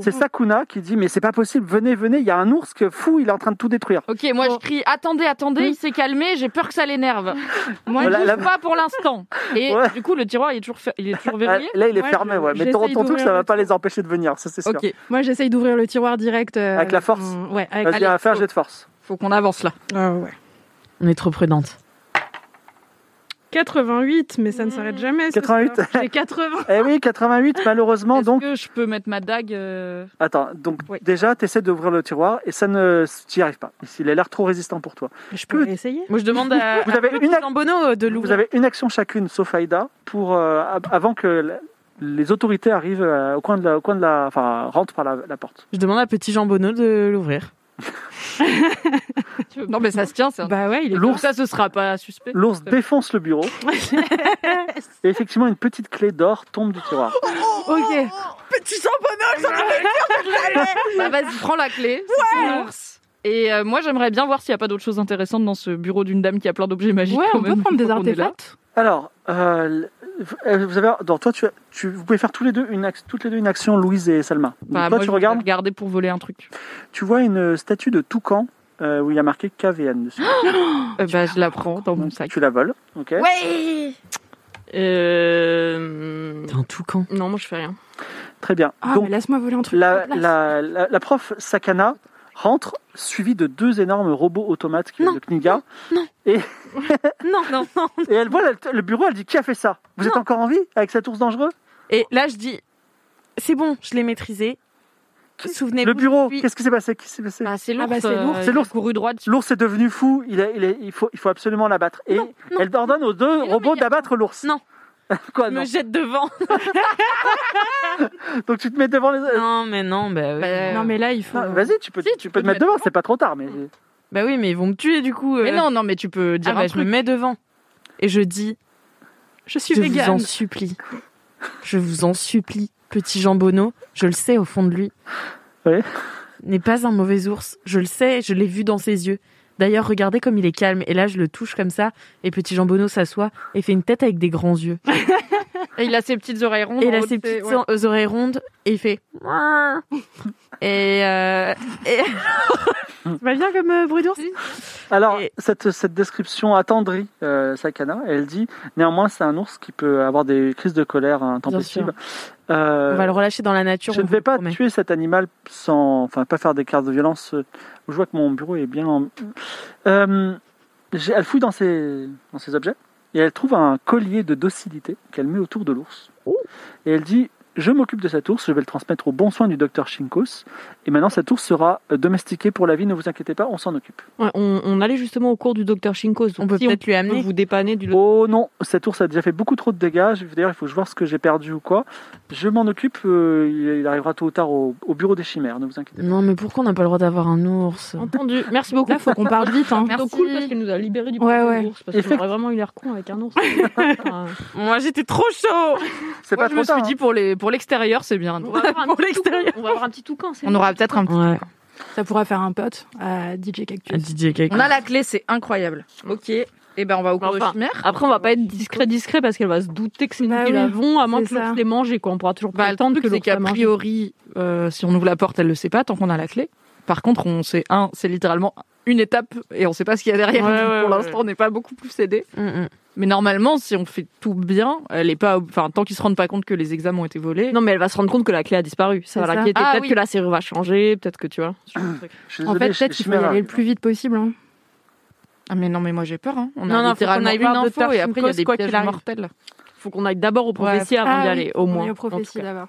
Speaker 4: C'est Sakuna qui dit mais c'est pas possible, venez, venez, il y a un ours que fou, il est en train de tout détruire.
Speaker 6: Ok, moi je crie attendez, attendez, il s'est calmé, j'ai peur que ça l'énerve.
Speaker 4: Hmm.
Speaker 6: Moi,
Speaker 4: Voilà,
Speaker 6: je
Speaker 4: la-
Speaker 6: ne pas pour l'instant. Et
Speaker 4: Ouais.
Speaker 6: du coup, le tiroir il est toujours, fer- il est toujours verrouillé.
Speaker 4: Ah, Là, il est
Speaker 7: Ouais,
Speaker 4: fermé,
Speaker 7: je-
Speaker 4: ouais. Mais
Speaker 7: j'essaye
Speaker 4: ton, ton truc,
Speaker 7: d'ouvrir
Speaker 4: ça va
Speaker 7: le
Speaker 4: pas les empêcher de venir, ça c'est sûr.
Speaker 6: Ok,
Speaker 7: moi j'essaye d'ouvrir le tiroir direct. euh,
Speaker 4: Avec la force
Speaker 7: mon- Ouais, avec
Speaker 4: Vas-y,
Speaker 6: Allez,
Speaker 4: à faire
Speaker 6: go.
Speaker 4: jet de force.
Speaker 6: faut qu'on avance là.
Speaker 7: Ah ouais.
Speaker 5: On est trop prudente.
Speaker 7: 88, mais ça ne s'arrête jamais. ce
Speaker 4: 88.
Speaker 7: soir. J'ai 80.
Speaker 4: Eh oui, 88, malheureusement,
Speaker 6: Est-ce
Speaker 4: donc.
Speaker 6: que je peux mettre ma dague euh,
Speaker 4: Attends, donc
Speaker 6: Oui.
Speaker 4: déjà, t'essaies d'ouvrir le tiroir et ça ne. T'y arrives pas. Il a l'air trop résistant pour toi.
Speaker 7: Je peux essayer.
Speaker 5: Moi, je demande à,
Speaker 4: Vous
Speaker 5: à
Speaker 4: avez
Speaker 5: Petit
Speaker 4: une ac-
Speaker 5: Zambono de
Speaker 4: Vous
Speaker 5: l'ouvrir.
Speaker 4: avez une action chacune, sauf Aïda, pour, euh, ab- avant que la- les autorités arrivent euh, au, coin de la, au coin de la. Enfin, rentrent par la, la porte.
Speaker 5: Je demande à Petit Jambonneau de l'ouvrir.
Speaker 6: Non, mais ça se tient, ça.
Speaker 7: Bah ouais, il est
Speaker 4: L'ours-
Speaker 6: Ça, ce sera pas suspect.
Speaker 4: L'ours défonce le bureau. et effectivement, une petite clé d'or tombe du tiroir.
Speaker 7: Ok.
Speaker 6: Bah vas-y, prends la clé. c'est ton ours. Et euh, moi, j'aimerais bien voir s'il n'y a pas d'autres choses intéressantes dans ce bureau d'une dame qui a plein d'objets magiques.
Speaker 7: Ouais,
Speaker 6: quand
Speaker 7: on peut
Speaker 6: même,
Speaker 7: prendre des
Speaker 6: tant qu'on est là.
Speaker 7: artefacts.
Speaker 4: Alors, euh, l- vous avez, dans toi, tu, as- tu, vous pouvez faire tous les deux une, ac- toutes les deux une action, Louise et Salma. Donc,
Speaker 6: Bah,
Speaker 4: toi,
Speaker 6: moi,
Speaker 4: tu
Speaker 6: je vais
Speaker 4: regardes,
Speaker 6: regarder pour voler un truc.
Speaker 4: tu vois une statue de toucan euh, où il y a marqué KVN dessus.
Speaker 6: Euh, bah, je la prends dans mon
Speaker 4: Donc,
Speaker 6: sac.
Speaker 4: tu la voles, ok
Speaker 8: Ouais
Speaker 3: Euh...
Speaker 5: T'es un toucan.
Speaker 3: Non, moi je fais rien.
Speaker 4: Très bien.
Speaker 7: Ah,
Speaker 4: Donc,
Speaker 7: mais laisse-moi voler un truc.
Speaker 4: la,
Speaker 7: à place.
Speaker 4: la, la, la prof Sakana rentre suivie de deux énormes robots automates qui viennent de Kniga.
Speaker 3: Non, non, non.
Speaker 4: Et elle voit la- le bureau, elle dit Qui a fait ça Vous êtes encore en vie avec cet ours dangereux
Speaker 3: Et là, je dis, c'est bon, je l'ai maîtrisé. Souvenez-vous.
Speaker 4: Le bureau,
Speaker 3: je suis-
Speaker 4: qu'est-ce qui s'est passé, Qu'est-ce qui s'est passé
Speaker 6: Ah, c'est
Speaker 7: Ah,
Speaker 6: l'ours.
Speaker 7: bah, c'est
Speaker 6: euh,
Speaker 7: l'ours.
Speaker 6: il
Speaker 4: C'est
Speaker 6: a
Speaker 4: l'ours.
Speaker 6: couru droit dessus.
Speaker 4: L'ours est devenu fou, il, est- il, est- il faut, il faut absolument l'abattre. Et elle ordonne aux deux
Speaker 3: non,
Speaker 4: robots
Speaker 3: mais il y a-
Speaker 4: d'abattre l'ours.
Speaker 3: Non.
Speaker 4: Quoi,
Speaker 3: Je
Speaker 4: non
Speaker 3: me jette devant.
Speaker 4: Donc tu te mets devant les.
Speaker 5: Non, mais non, bah oui.
Speaker 6: Bah,
Speaker 7: Non, mais là, il faut.
Speaker 4: Non, Vas-y, tu peux,
Speaker 6: Si,
Speaker 4: tu, peux te mettre devant, c'est pas trop tard. Mais...
Speaker 5: Bah oui, mais ils vont me tuer du coup. euh.
Speaker 6: Mais non, non, mais tu peux
Speaker 5: Ah,
Speaker 6: dire
Speaker 5: bah,
Speaker 6: un
Speaker 5: je me
Speaker 6: truc.
Speaker 5: mets devant. Et je dis,
Speaker 7: Je suis
Speaker 5: je vous en
Speaker 7: végane.
Speaker 5: supplie. Je vous en supplie, Petit Jambonneau. Je le sais au fond de lui.
Speaker 4: Oui.
Speaker 5: N'est pas un mauvais ours. Je le sais, je l'ai vu dans ses yeux. D'ailleurs, regardez comme il est calme. Et là, je le touche comme ça. Et Petit Jambonneau s'assoit et fait une tête avec des grands yeux.
Speaker 6: Et il a ses petites oreilles rondes.
Speaker 5: Et
Speaker 6: en
Speaker 5: il a
Speaker 6: haut de
Speaker 5: ses petites
Speaker 6: ouais.
Speaker 5: o- oreilles rondes et il fait. Mouah Et, euh, et-
Speaker 7: Ça va bien comme euh, bruit d'ours
Speaker 4: Alors,
Speaker 5: Et-
Speaker 4: cette, cette description attendrit euh, Sakana. Elle dit Néanmoins, c'est un ours qui peut avoir des crises de colère intempestives. Euh,
Speaker 5: on va le relâcher dans la nature.
Speaker 4: Je
Speaker 5: on
Speaker 4: ne
Speaker 5: vous le
Speaker 4: vais pas
Speaker 5: promet.
Speaker 4: tuer cet animal sans, enfin, pas faire des cartes de violence. Je vois que mon bureau est bien. en- Euh, j'ai- elle fouille dans ses, dans ses objets et elle trouve un collier de docilité qu'elle met autour de l'ours.
Speaker 5: Oh.
Speaker 4: Et elle dit Je m'occupe de cet ours, je vais le transmettre au bon soin du docteur Shinkos. Et maintenant, cet ours sera domestiqué pour la vie, ne vous inquiétez pas, on s'en occupe.
Speaker 3: Ouais, on, on allait justement au cours du docteur Shinkos. donc
Speaker 5: On peut
Speaker 3: si
Speaker 5: peut-être lui
Speaker 3: on
Speaker 5: amener.
Speaker 3: peut vous dépanner du.
Speaker 4: Oh non, cet ours a déjà fait beaucoup trop de dégâts. Je- D'ailleurs, il faut que je vois ce que j'ai perdu ou quoi. Je m'en occupe, euh, il il arrivera tôt ou tard au, au bureau des chimères, ne vous inquiétez
Speaker 5: Non, mais pourquoi on n'a pas le droit d'avoir un ours
Speaker 3: Entendu. Merci beaucoup.
Speaker 7: Là, faut qu'on parle vite. Hein.
Speaker 3: C'est cool parce qu'elle nous a libéré du
Speaker 7: Ouais,
Speaker 3: problème
Speaker 7: ouais.
Speaker 3: d'ours, parce qu'on
Speaker 4: Effect-
Speaker 3: aurait vraiment eu l'air con avec un ours. Enfin,
Speaker 5: Moi, j'étais trop chaud.
Speaker 4: pas. C'est
Speaker 6: Moi,
Speaker 4: pas
Speaker 6: je
Speaker 4: trop
Speaker 6: me suis
Speaker 4: tard, hein.
Speaker 6: dit pour les pour l'extérieur, c'est bien.
Speaker 3: on va avoir un
Speaker 6: Pour
Speaker 3: petit
Speaker 6: l'extérieur.
Speaker 3: toucan, On va avoir un petit toucan. c'est
Speaker 6: On aura peut-être un petit.
Speaker 5: Ouais.
Speaker 7: Ça pourra faire un pote à DJ Cactus.
Speaker 5: DJ
Speaker 6: On a la clé, c'est incroyable. Ok. Et ben on va au cours
Speaker 3: Enfin,
Speaker 6: de chimère.
Speaker 3: Après, on va pas être discret, discret, parce qu'elle va se douter que c'est nous
Speaker 7: Bah
Speaker 3: qui
Speaker 7: oui,
Speaker 3: l'avons, à moins
Speaker 7: c'est
Speaker 3: que l'ours
Speaker 7: ça.
Speaker 3: l'ait mangé, quoi. On pourra toujours
Speaker 6: Bah, le
Speaker 3: prétendre
Speaker 6: truc
Speaker 3: que
Speaker 6: c'est
Speaker 3: l'ours
Speaker 6: qu'a
Speaker 3: l'a mangé.
Speaker 6: priori, euh, si on ouvre la porte, elle le sait pas tant qu'on a la clé. Par contre, on sait un, c'est littéralement une étape et on ne sait pas ce qu'il y a derrière.
Speaker 3: Ouais,
Speaker 6: Donc,
Speaker 3: ouais, Mm,
Speaker 6: pour
Speaker 3: ouais.
Speaker 6: l'instant, on n'est pas beaucoup plus aidé. Mais normalement, si on fait tout bien, elle est pas. Enfin, tant qu'ils se rendent pas compte que les examens ont été volés.
Speaker 3: Non, mais elle va se rendre compte que la clé a disparu. Ça
Speaker 6: C'est
Speaker 3: va
Speaker 6: ça.
Speaker 3: l'inquiéter.
Speaker 6: Ah
Speaker 3: peut-être
Speaker 6: oui.
Speaker 3: que la serrure va changer, peut-être que tu vois.
Speaker 4: Je suis
Speaker 7: En
Speaker 4: désolé,
Speaker 7: fait, peut-être
Speaker 4: je-
Speaker 7: qu'il faut y
Speaker 4: Chimera.
Speaker 7: aller le plus vite possible. hein.
Speaker 6: Ah mais non, mais moi j'ai peur. hein. On a
Speaker 3: Non, non, faut
Speaker 6: littéralement
Speaker 3: qu'on aille
Speaker 6: une
Speaker 3: voir
Speaker 6: info
Speaker 3: Dr.
Speaker 6: et après il y a des
Speaker 3: Funkos, quoi
Speaker 6: pièges
Speaker 3: qu'il arrive.
Speaker 6: mortels.
Speaker 3: Faut qu'on aille d'abord au prophétie avant d'y
Speaker 7: Ah oui,
Speaker 3: aller, au moins.
Speaker 7: On est
Speaker 3: en tout
Speaker 7: au prophétie
Speaker 3: cas.
Speaker 7: là-bas.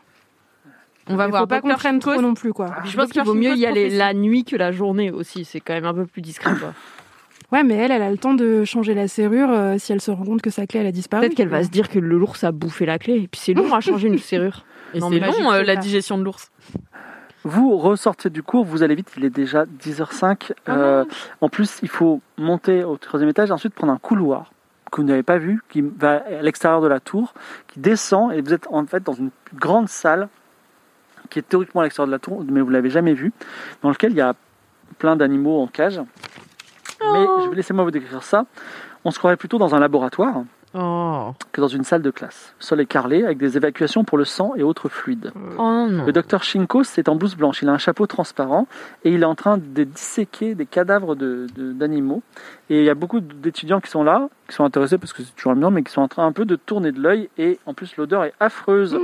Speaker 3: On va
Speaker 7: Mais
Speaker 3: voir.
Speaker 7: faut pas qu'on
Speaker 3: Dr.
Speaker 7: traîne trop
Speaker 3: Funkos.
Speaker 7: non plus quoi.
Speaker 3: Je pense qu'il vaut mieux y aller la nuit que la journée aussi. C'est quand même un peu plus discret. quoi.
Speaker 4: Ah
Speaker 7: Ouais, mais elle, elle a le temps de changer la serrure euh, si elle se rend compte que sa clé elle a disparu.
Speaker 3: Peut-être qu'elle va se dire que le l'ours a bouffé la clé. Et puis c'est long à changer une serrure.
Speaker 5: Et
Speaker 3: Non, mais
Speaker 5: c'est long,
Speaker 3: magique,
Speaker 5: euh,
Speaker 3: ça.
Speaker 5: la digestion de l'ours.
Speaker 4: Vous ressortez du cours, vous allez vite, il est déjà 10h05. Euh, en plus, il faut monter au troisième étage et ensuite prendre un couloir que vous n'avez pas vu, qui va à l'extérieur de la tour, qui descend et vous êtes en fait dans une grande salle qui est théoriquement à l'extérieur de la tour, mais vous ne l'avez jamais vue, dans laquelle il y a plein d'animaux en cage. Mais je vais laisser moi vous décrire ça. On se croirait plutôt dans un laboratoire
Speaker 5: Oh.
Speaker 4: que dans une salle de classe. Le sol est carrelé avec des évacuations pour le sang et autres fluides.
Speaker 5: Oh non.
Speaker 4: Le docteur Shinkos est en blouse blanche, il a un chapeau transparent et il est en train de disséquer des cadavres de- de- d'animaux. et il y a beaucoup d'étudiants qui sont là, qui sont intéressés parce que c'est toujours amusant, mais qui sont en train un peu de tourner de l'œil et en plus l'odeur est
Speaker 5: Mm.
Speaker 4: affreuse.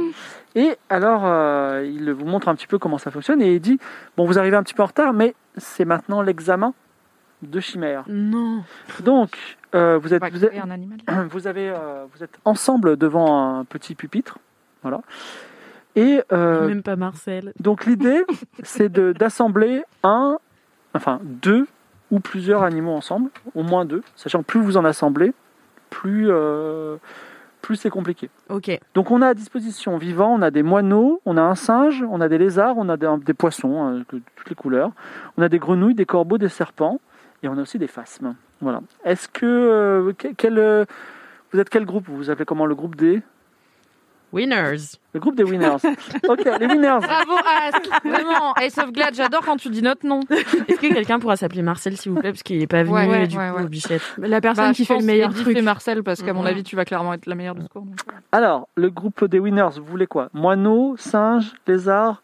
Speaker 4: Et alors euh, il vous montre un petit peu comment ça fonctionne et il dit Bon, vous arrivez un petit peu en retard, mais c'est maintenant l'examen de chimère.
Speaker 5: Non.
Speaker 4: Donc euh, vous êtes.
Speaker 6: Pas
Speaker 4: vous êtes-
Speaker 6: créer un animal.
Speaker 4: vous, avez, euh, vous êtes ensemble devant un petit pupitre. Voilà. Et euh,
Speaker 5: Même pas Marcel.
Speaker 4: donc l'idée, c'est de- d'assembler un, enfin deux ou plusieurs animaux ensemble, au moins deux, sachant que plus vous en assemblez, plus, euh, plus c'est compliqué.
Speaker 5: Ok.
Speaker 4: Donc on a à disposition vivant, on a des moineaux, on a un singe, on a des lézards, on a des, des poissons hein, de toutes les couleurs, on a des grenouilles, des corbeaux, des serpents, et on a aussi des phasmes. Voilà. Est-ce que euh, que- quel, euh, vous êtes quel groupe Vous vous appelez comment le groupe des
Speaker 5: Winners.
Speaker 4: le groupe des winners. Ok, les winners.
Speaker 6: Bravo Ask Ah Vraiment, Ace of Glad, j'adore quand tu dis notre nom.
Speaker 5: Est-ce que quelqu'un pourra s'appeler Marcel, s'il vous plaît, parce qu'il n'est pas venu
Speaker 6: Ouais, ouais,
Speaker 5: du
Speaker 6: ouais,
Speaker 5: coup,
Speaker 6: ouais.
Speaker 5: Bichette.
Speaker 7: La personne
Speaker 6: Bah,
Speaker 7: qui
Speaker 6: je
Speaker 7: fait le
Speaker 6: pense
Speaker 7: meilleur
Speaker 6: Edith
Speaker 7: truc.
Speaker 6: et Marcel, parce qu'à mon
Speaker 5: Ouais.
Speaker 6: avis, tu vas clairement être la meilleure de ce cours. donc.
Speaker 4: Alors, le groupe des winners, vous voulez quoi Moineaux, singes, lézards,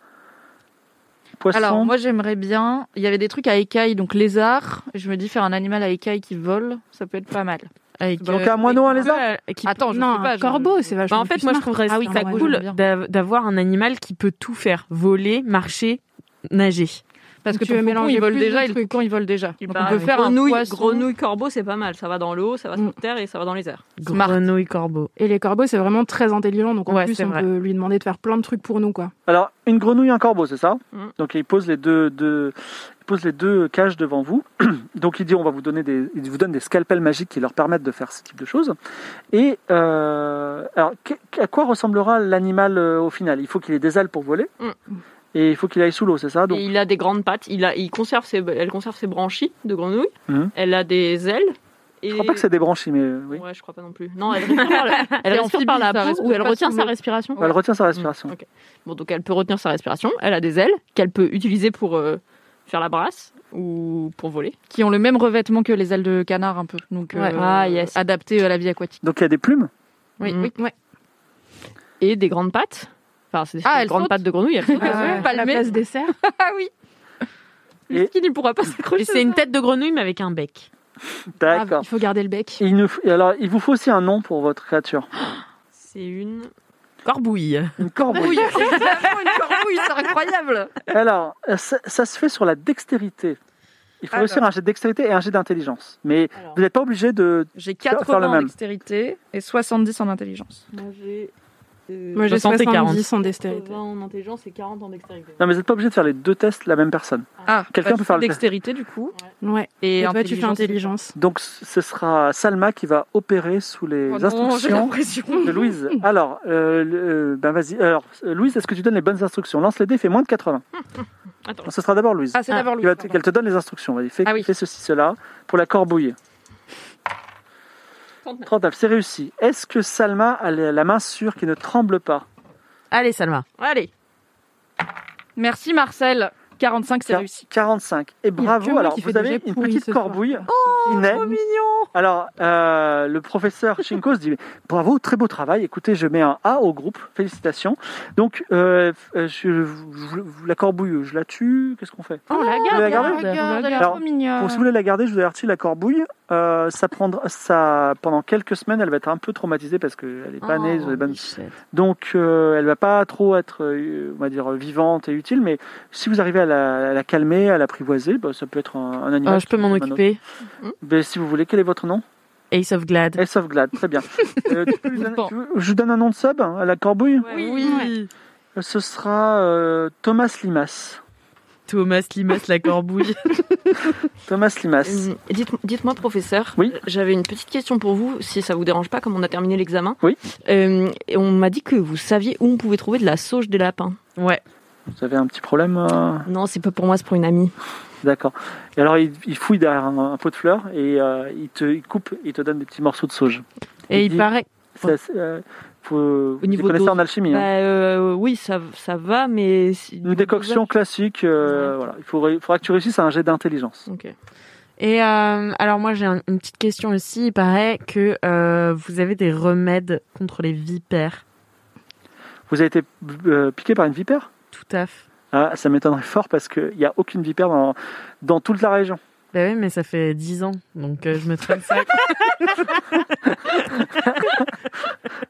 Speaker 4: poissons
Speaker 6: Alors, moi j'aimerais bien. Il y avait des trucs à écailles, donc lézard. Je me dis faire un animal à écailles qui vole, ça peut être pas mal.
Speaker 5: Avec,
Speaker 4: Donc
Speaker 5: euh,
Speaker 4: un moineau, un lézard
Speaker 5: euh, qui-
Speaker 6: Attends, je
Speaker 7: non,
Speaker 6: sais pas.
Speaker 7: un
Speaker 6: je-
Speaker 7: corbeau, c'est
Speaker 5: Bah,
Speaker 7: vachement.
Speaker 5: en fait,
Speaker 7: plus
Speaker 5: moi, je
Speaker 7: smart.
Speaker 5: trouverais
Speaker 6: Ah oui,
Speaker 5: ça
Speaker 6: ouais,
Speaker 5: cool
Speaker 6: j'aime bien.
Speaker 5: d'av- d'avoir un animal qui peut tout faire voler, marcher, nager.
Speaker 6: Parce que
Speaker 7: Tu veux
Speaker 6: ton faucon,
Speaker 7: mélanger
Speaker 6: il vole
Speaker 7: plus de
Speaker 6: déjà, et le
Speaker 7: trucs.
Speaker 6: faucon, il vole déjà.
Speaker 3: Et
Speaker 6: Donc,
Speaker 3: bah,
Speaker 6: on peut faire un
Speaker 3: grenouille,
Speaker 6: poisson.
Speaker 3: grenouille, corbeau, c'est pas mal. Ça va dans l'eau, ça va
Speaker 7: Mm.
Speaker 3: sur terre et ça va dans les airs.
Speaker 6: Smart.
Speaker 5: Grenouille, corbeau.
Speaker 7: Et les corbeaux, c'est vraiment très intelligent, donc en
Speaker 5: Ouais,
Speaker 7: plus,
Speaker 5: c'est
Speaker 7: on
Speaker 5: vrai.
Speaker 7: peut lui demander de faire plein de trucs pour nous, quoi.
Speaker 4: Alors, une grenouille, un corbeau, c'est ça
Speaker 3: Mm.
Speaker 4: Donc, il pose les deux, deux- il pose les deux cages devant vous. Donc, il dit, on va vous donner des, il vous donne des scalpels magiques qui leur permettent de faire ce type de choses. Et euh, alors, que- à quoi ressemblera l'animal euh, au final Il faut qu'il ait des ailes pour voler.
Speaker 3: Mm.
Speaker 4: Et il faut qu'il aille sous l'eau, c'est ça Donc,
Speaker 3: Et il a des grandes pattes. Il a, il conserve ses, elle conserve ses branchies de grenouille.
Speaker 4: Mhm.
Speaker 3: Elle a des ailes. Et...
Speaker 4: Je crois pas que c'est des branchies, mais euh, oui.
Speaker 3: Ouais, je crois pas non plus. Non, elle respire par la, elle
Speaker 6: C'est
Speaker 3: respire par la
Speaker 6: amphibie, ça
Speaker 3: peau ou
Speaker 6: respire
Speaker 3: elle
Speaker 6: pas
Speaker 3: retient
Speaker 6: sous
Speaker 3: sa
Speaker 6: l'eau.
Speaker 3: respiration.
Speaker 4: Bah, Elle retient sa respiration.
Speaker 3: Mm. Ok. Bon, donc elle peut retenir sa respiration. Elle a des ailes qu'elle peut utiliser pour euh, faire la brasse ou pour voler.
Speaker 6: Qui ont le même revêtement que les ailes de canard, un peu. Donc, euh,
Speaker 3: Ouais. Ah, yes.
Speaker 6: adapté à la vie aquatique.
Speaker 4: Donc, il y a des plumes.
Speaker 3: Oui,
Speaker 6: oui,
Speaker 3: Mm. Et des grandes pattes. Enfin, c'est des
Speaker 6: Ah, elle
Speaker 3: grandes
Speaker 6: saute.
Speaker 3: pattes de grenouille. Elle saute.
Speaker 6: Ah ouais.
Speaker 7: Euh, À la
Speaker 6: Palmer.
Speaker 7: place des cerfs.
Speaker 6: Ah oui
Speaker 4: Et-
Speaker 3: Qui ne pourra pas s'accrocher.
Speaker 5: Et c'est une tête de grenouille, mais avec un bec.
Speaker 3: Ah,
Speaker 4: D'accord.
Speaker 7: Il faut garder le bec.
Speaker 4: Et Il nous, et alors, il vous faut aussi un nom pour votre créature.
Speaker 3: C'est une.
Speaker 5: Corbouille.
Speaker 4: Une corbeille.
Speaker 6: Oui, exactement, une corbeille, c'est incroyable
Speaker 4: Alors, ça, ça se fait sur la dextérité. Il faut réussir un jet de dextérité et un jet d'intelligence. Mais vous n'êtes pas obligé de.
Speaker 6: J'ai
Speaker 4: Faire- faire le
Speaker 6: 80 en
Speaker 4: même.
Speaker 6: dextérité et 70 en intelligence.
Speaker 3: Moi j'ai.
Speaker 7: Moi, j'ai
Speaker 5: 60 et
Speaker 7: 70 euh,
Speaker 3: 40
Speaker 7: en dextérité.
Speaker 3: en intelligence et 40 en dextérité.
Speaker 4: Non, mais vous n'êtes pas obligé de faire les deux tests la même personne.
Speaker 6: Ah,
Speaker 4: Quelqu'un peut faire le test.
Speaker 6: dextérité du coup.
Speaker 7: Ouais.
Speaker 6: Et,
Speaker 7: Et toi, tu
Speaker 6: intelligence.
Speaker 7: fais intelligence.
Speaker 4: Donc, ce sera Salma qui va opérer sous les
Speaker 6: Oh non, j'ai
Speaker 4: instructions
Speaker 6: l'impression.
Speaker 4: de Louise. Alors, euh, le- euh, ben vas-y. Alors, euh, Louise, est-ce que tu donnes les bonnes instructions Lance les dés, fais moins de 80.
Speaker 3: Attends.
Speaker 4: Ce sera d'abord Louise.
Speaker 6: Ah, c'est
Speaker 5: Ah,
Speaker 4: Qui
Speaker 6: d'abord Louis.
Speaker 4: va te- Qu'elle te donne les instructions. Vas-y, fais,
Speaker 6: Ah oui.
Speaker 4: fais ceci, cela pour la corbeille.
Speaker 3: 39.
Speaker 4: 39, c'est réussi. Est-ce que Salma a la la main sûre qui ne tremble pas
Speaker 5: Allez, Salma.
Speaker 3: Allez,
Speaker 6: Merci Marcel. 45, c'est
Speaker 4: Quar-
Speaker 6: réussi.
Speaker 4: 45. Et
Speaker 7: Il y a que
Speaker 4: bravo.
Speaker 7: moi
Speaker 4: Alors,
Speaker 7: qui fais
Speaker 4: vous
Speaker 7: des
Speaker 4: avez
Speaker 7: jets
Speaker 4: une
Speaker 7: pourris
Speaker 4: petite
Speaker 7: ce soir. Oh,
Speaker 4: corbeille il naît. Alors, euh, le professeur Shinko se dit bravo, très beau travail. Écoutez, je mets un A au groupe, félicitations. Donc, euh, euh, je, je- je- la corbouille, je la tue. Qu'est-ce qu'on fait
Speaker 6: Oh,
Speaker 8: On la
Speaker 4: Vous voulez
Speaker 8: garde,
Speaker 4: la garder
Speaker 8: on la garde, elle est
Speaker 4: Alors,
Speaker 8: trop mignonne.
Speaker 5: Ah.
Speaker 4: pour- si vous voulez la garder, je vous avertis, la corbouille, euh, ça prendra, ça, pendant quelques semaines, elle va être un peu traumatisée parce qu'elle n'est pas
Speaker 5: Oh,
Speaker 4: née. elle est bonne. Donc, euh, elle va pas trop être, euh, on va dire, vivante et utile, mais si vous arrivez à la, à la calmer, à l'apprivoiser, bah, ça peut être un, un animal.
Speaker 5: Euh, je peux
Speaker 4: qui-
Speaker 5: m'en
Speaker 4: comme un autre.
Speaker 5: occuper.
Speaker 4: Ben, si vous voulez, quel est votre nom
Speaker 5: Ace of Glad.
Speaker 4: Ace of Glad, très bien. Euh, tu peux lui donner- tu veux- je vous donne un nom de sub hein, à la corbouille
Speaker 5: Oui.
Speaker 4: Euh, Ce sera euh, Thomas Limas.
Speaker 5: Thomas Limas, la corbouille.
Speaker 4: Thomas Limas.
Speaker 3: Hum, dites- Dites-moi, professeur,
Speaker 4: Oui.
Speaker 3: j'avais une petite question pour vous, si ça vous dérange pas, comme on a terminé l'examen.
Speaker 4: Oui.
Speaker 3: Euh, et on m'a dit que vous saviez où on pouvait trouver de la sauge des lapins.
Speaker 5: Ouais.
Speaker 4: Vous avez un petit problème euh,
Speaker 3: Non, c'est pas pour moi, c'est pour une amie.
Speaker 4: D'accord. Et alors, il, il fouille derrière un, un pot de fleurs et euh, il, te, il coupe, il te donne des petits morceaux de sauge.
Speaker 5: Et il
Speaker 4: dit-
Speaker 5: paraît.
Speaker 4: Ça, c'est, euh, faut, vous
Speaker 3: niveau
Speaker 4: les connaissez
Speaker 3: dose.
Speaker 4: en alchimie. hein.
Speaker 3: Bah, euh, oui, ça, ça va, mais. si-
Speaker 4: Une décoction classique, euh, voilà. Il faudrait- il faudra que tu réussisses à un jet d'intelligence.
Speaker 3: Ok.
Speaker 5: Et euh, alors moi j'ai un- une petite question aussi. Il paraît que euh, vous avez des remèdes contre les vipères.
Speaker 4: Vous avez été euh, piqué par une vipère
Speaker 5: Tout à fait.
Speaker 4: Ah, Ça m'étonnerait fort parce qu'il n'y a aucune vipère dans, dans toute la région.
Speaker 5: Bah oui mais ça fait 10 ans donc euh, je me traîne ça.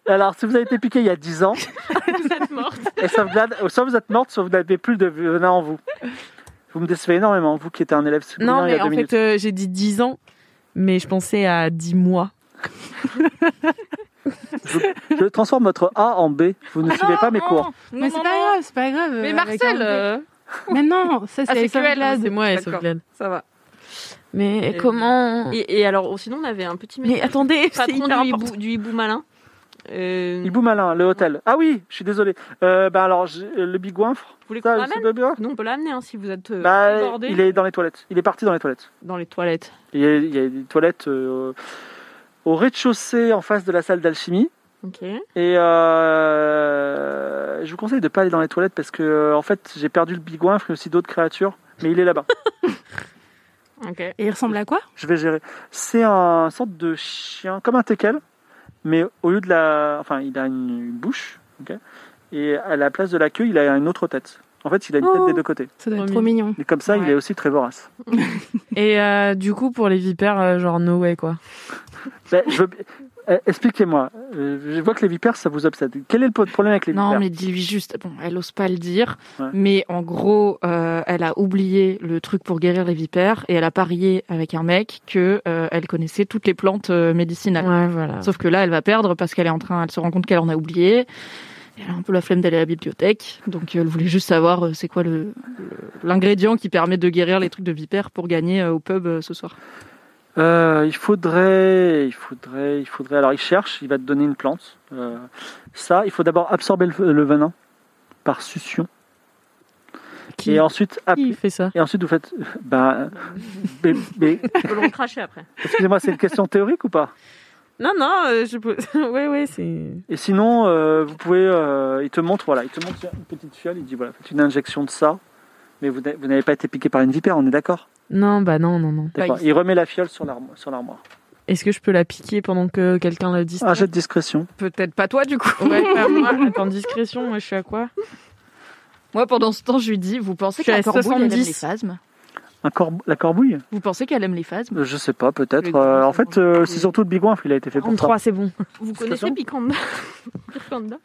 Speaker 4: Alors, si vous avez été piqué il y a 10 ans, et ça vous glade- soit vous êtes morte, soit vous n'avez plus de venin en vous. Vous me décevez énormément, vous qui étiez un élève secondaire
Speaker 5: non
Speaker 4: il y a
Speaker 5: mais
Speaker 4: deux
Speaker 5: en
Speaker 4: minutes.
Speaker 5: fait euh, j'ai dit 10 ans mais je pensais à 10 mois.
Speaker 4: Je transforme votre A en B. Vous
Speaker 6: Ah
Speaker 4: ne suivez pas mes cours.
Speaker 7: Mais c'est pas grave, c'est pas grave.
Speaker 6: Mais
Speaker 7: euh,
Speaker 6: Marcel,
Speaker 7: avec un-
Speaker 6: euh,
Speaker 7: Mais non, ça c'est
Speaker 6: Ah, c'est
Speaker 7: Ace of
Speaker 6: que elle,
Speaker 7: Glad.
Speaker 5: C'est moi et
Speaker 6: D'accord.
Speaker 5: Sauvegarde.
Speaker 6: ça va.
Speaker 5: Mais
Speaker 3: Et-
Speaker 5: comment
Speaker 3: Et, et alors, oh, sinon, on avait un petit
Speaker 5: Mais attendez, c'est
Speaker 3: patron
Speaker 5: hyper
Speaker 3: du
Speaker 5: important.
Speaker 3: hibou, du hibou malin. Euh,
Speaker 4: Hibou malin, le hôtel. Ah oui, je suis désolé. Euh, bah alors, j'ai- le bigouinfre.
Speaker 3: Vous voulez qu'on
Speaker 4: ça,
Speaker 3: l'amène
Speaker 4: c'est pas bien.
Speaker 3: Nous, on peut l'amener hein, si vous êtes euh,
Speaker 4: Bah,
Speaker 3: débordés
Speaker 4: il est dans les toilettes. Il est parti dans les toilettes.
Speaker 3: dans les toilettes.
Speaker 4: Il y a, il y a des toilettes euh, au rez-de-chaussée en face de la salle d'alchimie.
Speaker 3: Ok.
Speaker 4: Et euh, je vous conseille de ne pas aller dans les toilettes parce que, euh, en fait, j'ai perdu le bigouinfre et aussi d'autres créatures. Mais il est là-bas.
Speaker 3: Ok.
Speaker 7: Et il ressemble à quoi
Speaker 4: je vais gérer. C'est un sorte de chien, comme un teckel, mais au lieu de la. Enfin, il a une, une bouche, ok et à la place de la queue, il a une autre tête. En fait, il a une tête
Speaker 7: Oh.
Speaker 4: des deux côtés.
Speaker 7: Ça doit
Speaker 5: Trop
Speaker 7: être trop mignon.
Speaker 4: Et comme ça, il
Speaker 5: Ouais.
Speaker 4: est aussi très vorace.
Speaker 5: Et euh, du coup pour les vipères euh, genre no way quoi.
Speaker 4: Ben, je veux- Eh, Expliquez-moi. Euh, Je vois que les vipères, ça vous obsède. Quel est le po- problème avec les
Speaker 6: Non,
Speaker 4: vipères
Speaker 6: mais dis-lui juste. Bon, elle ose pas le dire,
Speaker 4: Ouais.
Speaker 6: mais en gros, euh, elle a oublié le truc pour guérir les vipères et elle a parié avec un mec que euh, elle connaissait toutes les plantes euh, médicinales.
Speaker 5: Ouais voilà.
Speaker 6: Sauf que là, elle va perdre parce qu'elle est en train, elle se rend compte qu'elle en a oublié. Elle a un peu la flemme d'aller à la bibliothèque, donc euh, elle voulait juste savoir euh, c'est quoi le le- l'ingrédient qui permet de guérir les trucs de vipères pour gagner euh, au pub euh, ce soir.
Speaker 4: Euh, il faudrait, il faudrait, il faudrait. Alors, il cherche. Il va te donner une plante. Euh, ça, il faut d'abord absorber le, le venin par succion,
Speaker 5: Qui,
Speaker 4: et ensuite
Speaker 5: qui
Speaker 4: appliquer.
Speaker 5: fait ça
Speaker 4: Et ensuite, vous faites. Bah, bé- bé-
Speaker 3: On peut le recracher après.
Speaker 4: Excusez-moi, c'est une question théorique ou pas
Speaker 5: Non non, euh, je peux... ouais ouais, c'est
Speaker 4: Et sinon, euh, vous pouvez, euh, il te montre, voilà, il te montre une petite fiole, il dit voilà, faites une injection de ça, mais vous n'a- vous n'avez pas été piqué par une vipère, on est d'accord
Speaker 5: Non, bah non, non, non.
Speaker 4: D'accord. Il remet la fiole sur l'armo- sur l'armoire.
Speaker 5: Est-ce que je peux la piquer pendant que quelqu'un la distrait
Speaker 4: Un jet de discrétion.
Speaker 6: Peut-être pas toi du coup.
Speaker 5: Ouais, pas moi. Attends, discrétion, moi je suis à quoi
Speaker 6: Moi, pendant ce temps, je lui dis, vous pensez
Speaker 5: Je
Speaker 6: que la
Speaker 5: suis à
Speaker 6: corbouille, elle aime
Speaker 5: 70.
Speaker 6: les phasmes
Speaker 4: Un corbe- la corbouille
Speaker 6: Vous pensez qu'elle aime les phasmes
Speaker 4: Euh, Je sais pas, peut-être.
Speaker 6: Le
Speaker 4: Euh, en
Speaker 6: bigouin,
Speaker 4: fait, euh, c'est surtout le bigouin il a été fait pour ça.
Speaker 5: 43, c'est bon.
Speaker 3: Vous
Speaker 4: Discrétion.
Speaker 3: connaissez Picanda Picanda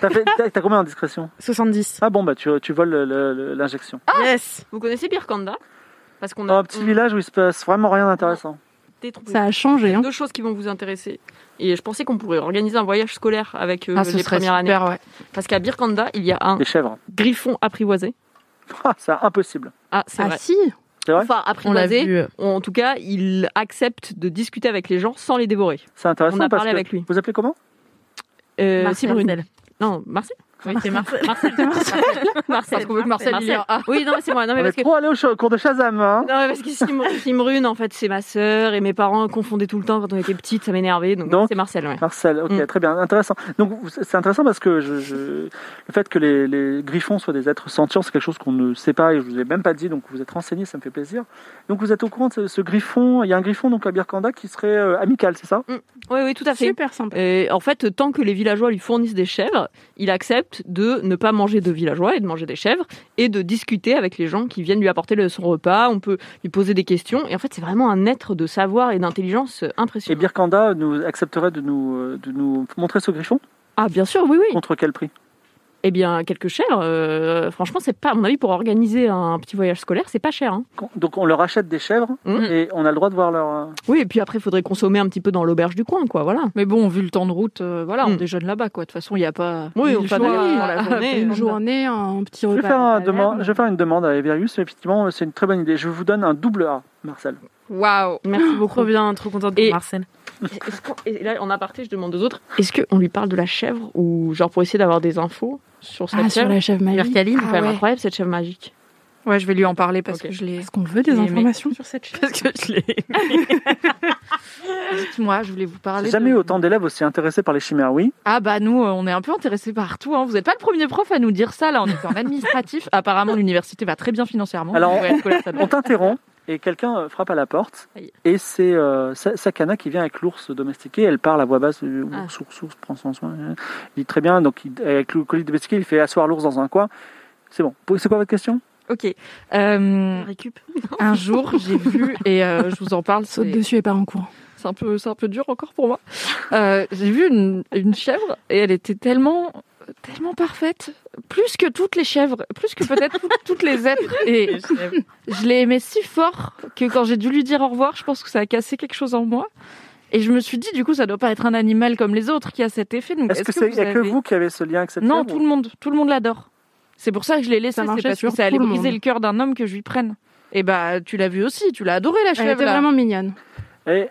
Speaker 4: T'as fait- t'as- t'as combien en discrétion
Speaker 5: 70.
Speaker 4: Ah bon, bah tu, tu voles le- le- le- l'injection.
Speaker 5: yes
Speaker 3: Vous connaissez Birkanda Parce qu'on
Speaker 4: Dans
Speaker 3: a
Speaker 4: un petit
Speaker 3: on-
Speaker 4: village où il se passe vraiment rien d'intéressant.
Speaker 3: détrompé.
Speaker 7: Ça a changé. Hein.
Speaker 3: deux choses qui vont vous intéresser. Et je pensais qu'on pourrait organiser un voyage scolaire avec euh,
Speaker 6: Ah, ce
Speaker 3: les
Speaker 6: serait
Speaker 3: premières années.
Speaker 6: super, ouais.
Speaker 3: Parce qu'à Birkanda, il y a un
Speaker 4: Des chèvres.
Speaker 3: griffon apprivoisé.
Speaker 4: Ah, c'est impossible.
Speaker 3: Ah, c'est
Speaker 7: Ah
Speaker 3: vrai.
Speaker 7: si
Speaker 4: ouais.
Speaker 3: Enfin,
Speaker 5: On l'a
Speaker 3: apprivoisé.
Speaker 5: vu. euh,
Speaker 3: En tout cas, il accepte de discuter avec les gens sans les dévorer.
Speaker 4: C'est intéressant
Speaker 3: On a
Speaker 4: parce
Speaker 3: parlé
Speaker 4: que
Speaker 3: avec lui.
Speaker 4: vous appelez comment
Speaker 3: Euh,
Speaker 5: Marcel.
Speaker 3: Cybruno. Non, Marcel Oui, c'est Marcel. Marcel. Marcel. Marcel. Parce que Marcel, il y a A. Oui, non, mais c'est moi. Non, mais
Speaker 4: On
Speaker 3: parce
Speaker 4: est
Speaker 3: que...
Speaker 4: trop allé au ch- cours de Shazam. hein.
Speaker 3: Non, mais parce que ce qui me- ce qui me ruine, en fait, c'est ma sœur et mes parents confondaient tout le temps quand on était petites, ça m'énervait. Donc,
Speaker 4: Donc,
Speaker 3: c'est Marcel, ouais.
Speaker 4: Marcel, ok,
Speaker 3: Mm.
Speaker 4: très bien, intéressant. Donc vous- c'est intéressant parce que je, je- le fait que les, les griffons soient des êtres sentients, c'est quelque chose qu'on ne sait pas et je vous ai même pas dit, donc vous êtes renseigné, ça me fait plaisir. Donc vous êtes au courant de ce, ce griffon, il y a un griffon donc à Birkanda qui serait euh, amical, c'est ça
Speaker 3: Oui, oui, tout à fait.
Speaker 7: Super sympa.
Speaker 3: Et Euh, en fait, tant que les villageois lui fournissent des chèvres, il accepte de ne pas manger de villageois et de manger des chèvres et de discuter avec les gens qui viennent lui apporter le- son repas. On peut lui poser des questions. Et en fait, c'est vraiment un être de savoir et d'intelligence euh,
Speaker 4: Et
Speaker 3: impressionnant.
Speaker 4: Birkanda nous accepterait de nous, euh, de nous montrer ce griffon
Speaker 3: Ah, bien sûr, oui, oui.
Speaker 4: Contre quel prix
Speaker 3: Eh bien, quelques chèvres, euh, franchement, c'est pas, à mon avis, pour organiser un petit voyage scolaire, c'est pas cher. hein.
Speaker 4: Quand- Donc on leur achète des chèvres
Speaker 3: Mhm.
Speaker 4: et on a le droit de voir leur... euh,
Speaker 3: Oui, et puis après, il faudrait consommer un petit peu dans l'auberge du coin, quoi, voilà.
Speaker 6: Mais bon, vu le temps de route, euh, voilà, on
Speaker 3: Mm.
Speaker 6: déjeune là-bas, quoi. De toute façon, il n'y a pas.
Speaker 3: Oui,
Speaker 6: mille
Speaker 3: on fait
Speaker 6: choix
Speaker 3: des-
Speaker 6: à-
Speaker 3: la
Speaker 6: à-
Speaker 3: journée,
Speaker 6: à-
Speaker 7: Une journée, un petit
Speaker 4: Je
Speaker 7: repas.
Speaker 4: vais,
Speaker 6: Bah,
Speaker 4: faire
Speaker 7: à
Speaker 4: un
Speaker 7: la
Speaker 4: demande,
Speaker 7: taverne.
Speaker 4: je vais faire une demande à Everius, effectivement c'est une très bonne idée. Je vous donne un double A, Marcel.
Speaker 3: Waouh Merci beaucoup.
Speaker 5: Trop bien, trop contente pour
Speaker 3: Et-
Speaker 5: Marcel.
Speaker 3: Est-ce qu'on- Et là, en aparté, je demande aux autres, est-ce qu'on lui parle de la chèvre ou genre pour essayer d'avoir des infos sur cette
Speaker 7: Ah, sur
Speaker 3: chèvre Ah,
Speaker 7: la chèvre magique.
Speaker 6: Vercaline.
Speaker 3: C'est quand même
Speaker 5: ouais.
Speaker 3: incroyable cette chèvre magique.
Speaker 6: Ouais, je vais lui en parler parce
Speaker 3: Ok.
Speaker 6: que je l'ai.
Speaker 7: Est-ce qu'on veut des
Speaker 6: Mais- mais-
Speaker 7: informations
Speaker 6: Sur cette Parce que je l'ai. Dites-moi, je voulais vous parler.
Speaker 4: J'ai jamais
Speaker 6: de-
Speaker 4: eu autant d'élèves aussi intéressés par les chimères, oui.
Speaker 6: Ah bah nous, euh, on est un peu intéressés partout. hein. Vous n'êtes pas le premier prof à nous dire ça. Là, on est en administratif. Apparemment, l'université va très bien financièrement.
Speaker 4: Alors,
Speaker 6: Oh, Ouais, Nicolas, ça doit-
Speaker 4: On t'interrompt et quelqu'un euh, frappe à la porte.
Speaker 6: Aïe.
Speaker 4: Et c'est euh, Sa- Sakana qui vient avec l'ours domestiqué. Elle parle à voix basse euh,
Speaker 3: Ah.
Speaker 4: Ours, ours, ours, prends son soin. euh. Il dit très bien. Donc, il- avec le colis domestiqué, il fait asseoir l'ours dans un coin. C'est bon. C'est quoi votre question
Speaker 6: ok. Euh,
Speaker 3: Récup.
Speaker 6: un jour, j'ai vu et euh, je vous en parle.
Speaker 7: Saute
Speaker 6: c'est-
Speaker 7: dessus et part en courant.
Speaker 6: C'est un peu, c'est un peu dur encore pour moi. Euh, j'ai vu une, une chèvre et elle était tellement, tellement parfaite, plus que toutes les chèvres, plus que peut-être tout- toutes les êtres. Et je l'ai aimée si fort que quand j'ai dû lui dire au revoir, je pense que ça a cassé quelque chose en moi. Et je me suis dit, du coup, ça doit pas être un animal comme les autres qui a cet effet. Donc,
Speaker 4: Est-ce que c'est y a que
Speaker 6: avez-
Speaker 4: vous qui avez ce lien avec cette
Speaker 6: Non,
Speaker 4: chèvre
Speaker 6: tout le monde, tout le monde l'adore. C'est pour ça que je l'ai laissée.
Speaker 7: Ça
Speaker 6: C'est
Speaker 7: marchait
Speaker 6: parce que
Speaker 7: sur
Speaker 6: ça allait
Speaker 7: tout le
Speaker 6: briser
Speaker 7: monde.
Speaker 6: le cœur d'un homme que je lui prenne. Et bah, tu l'as vu aussi, tu l'as adorée la
Speaker 7: Elle
Speaker 6: chèvre.
Speaker 7: était
Speaker 6: là.
Speaker 7: vraiment mignonne.
Speaker 4: Et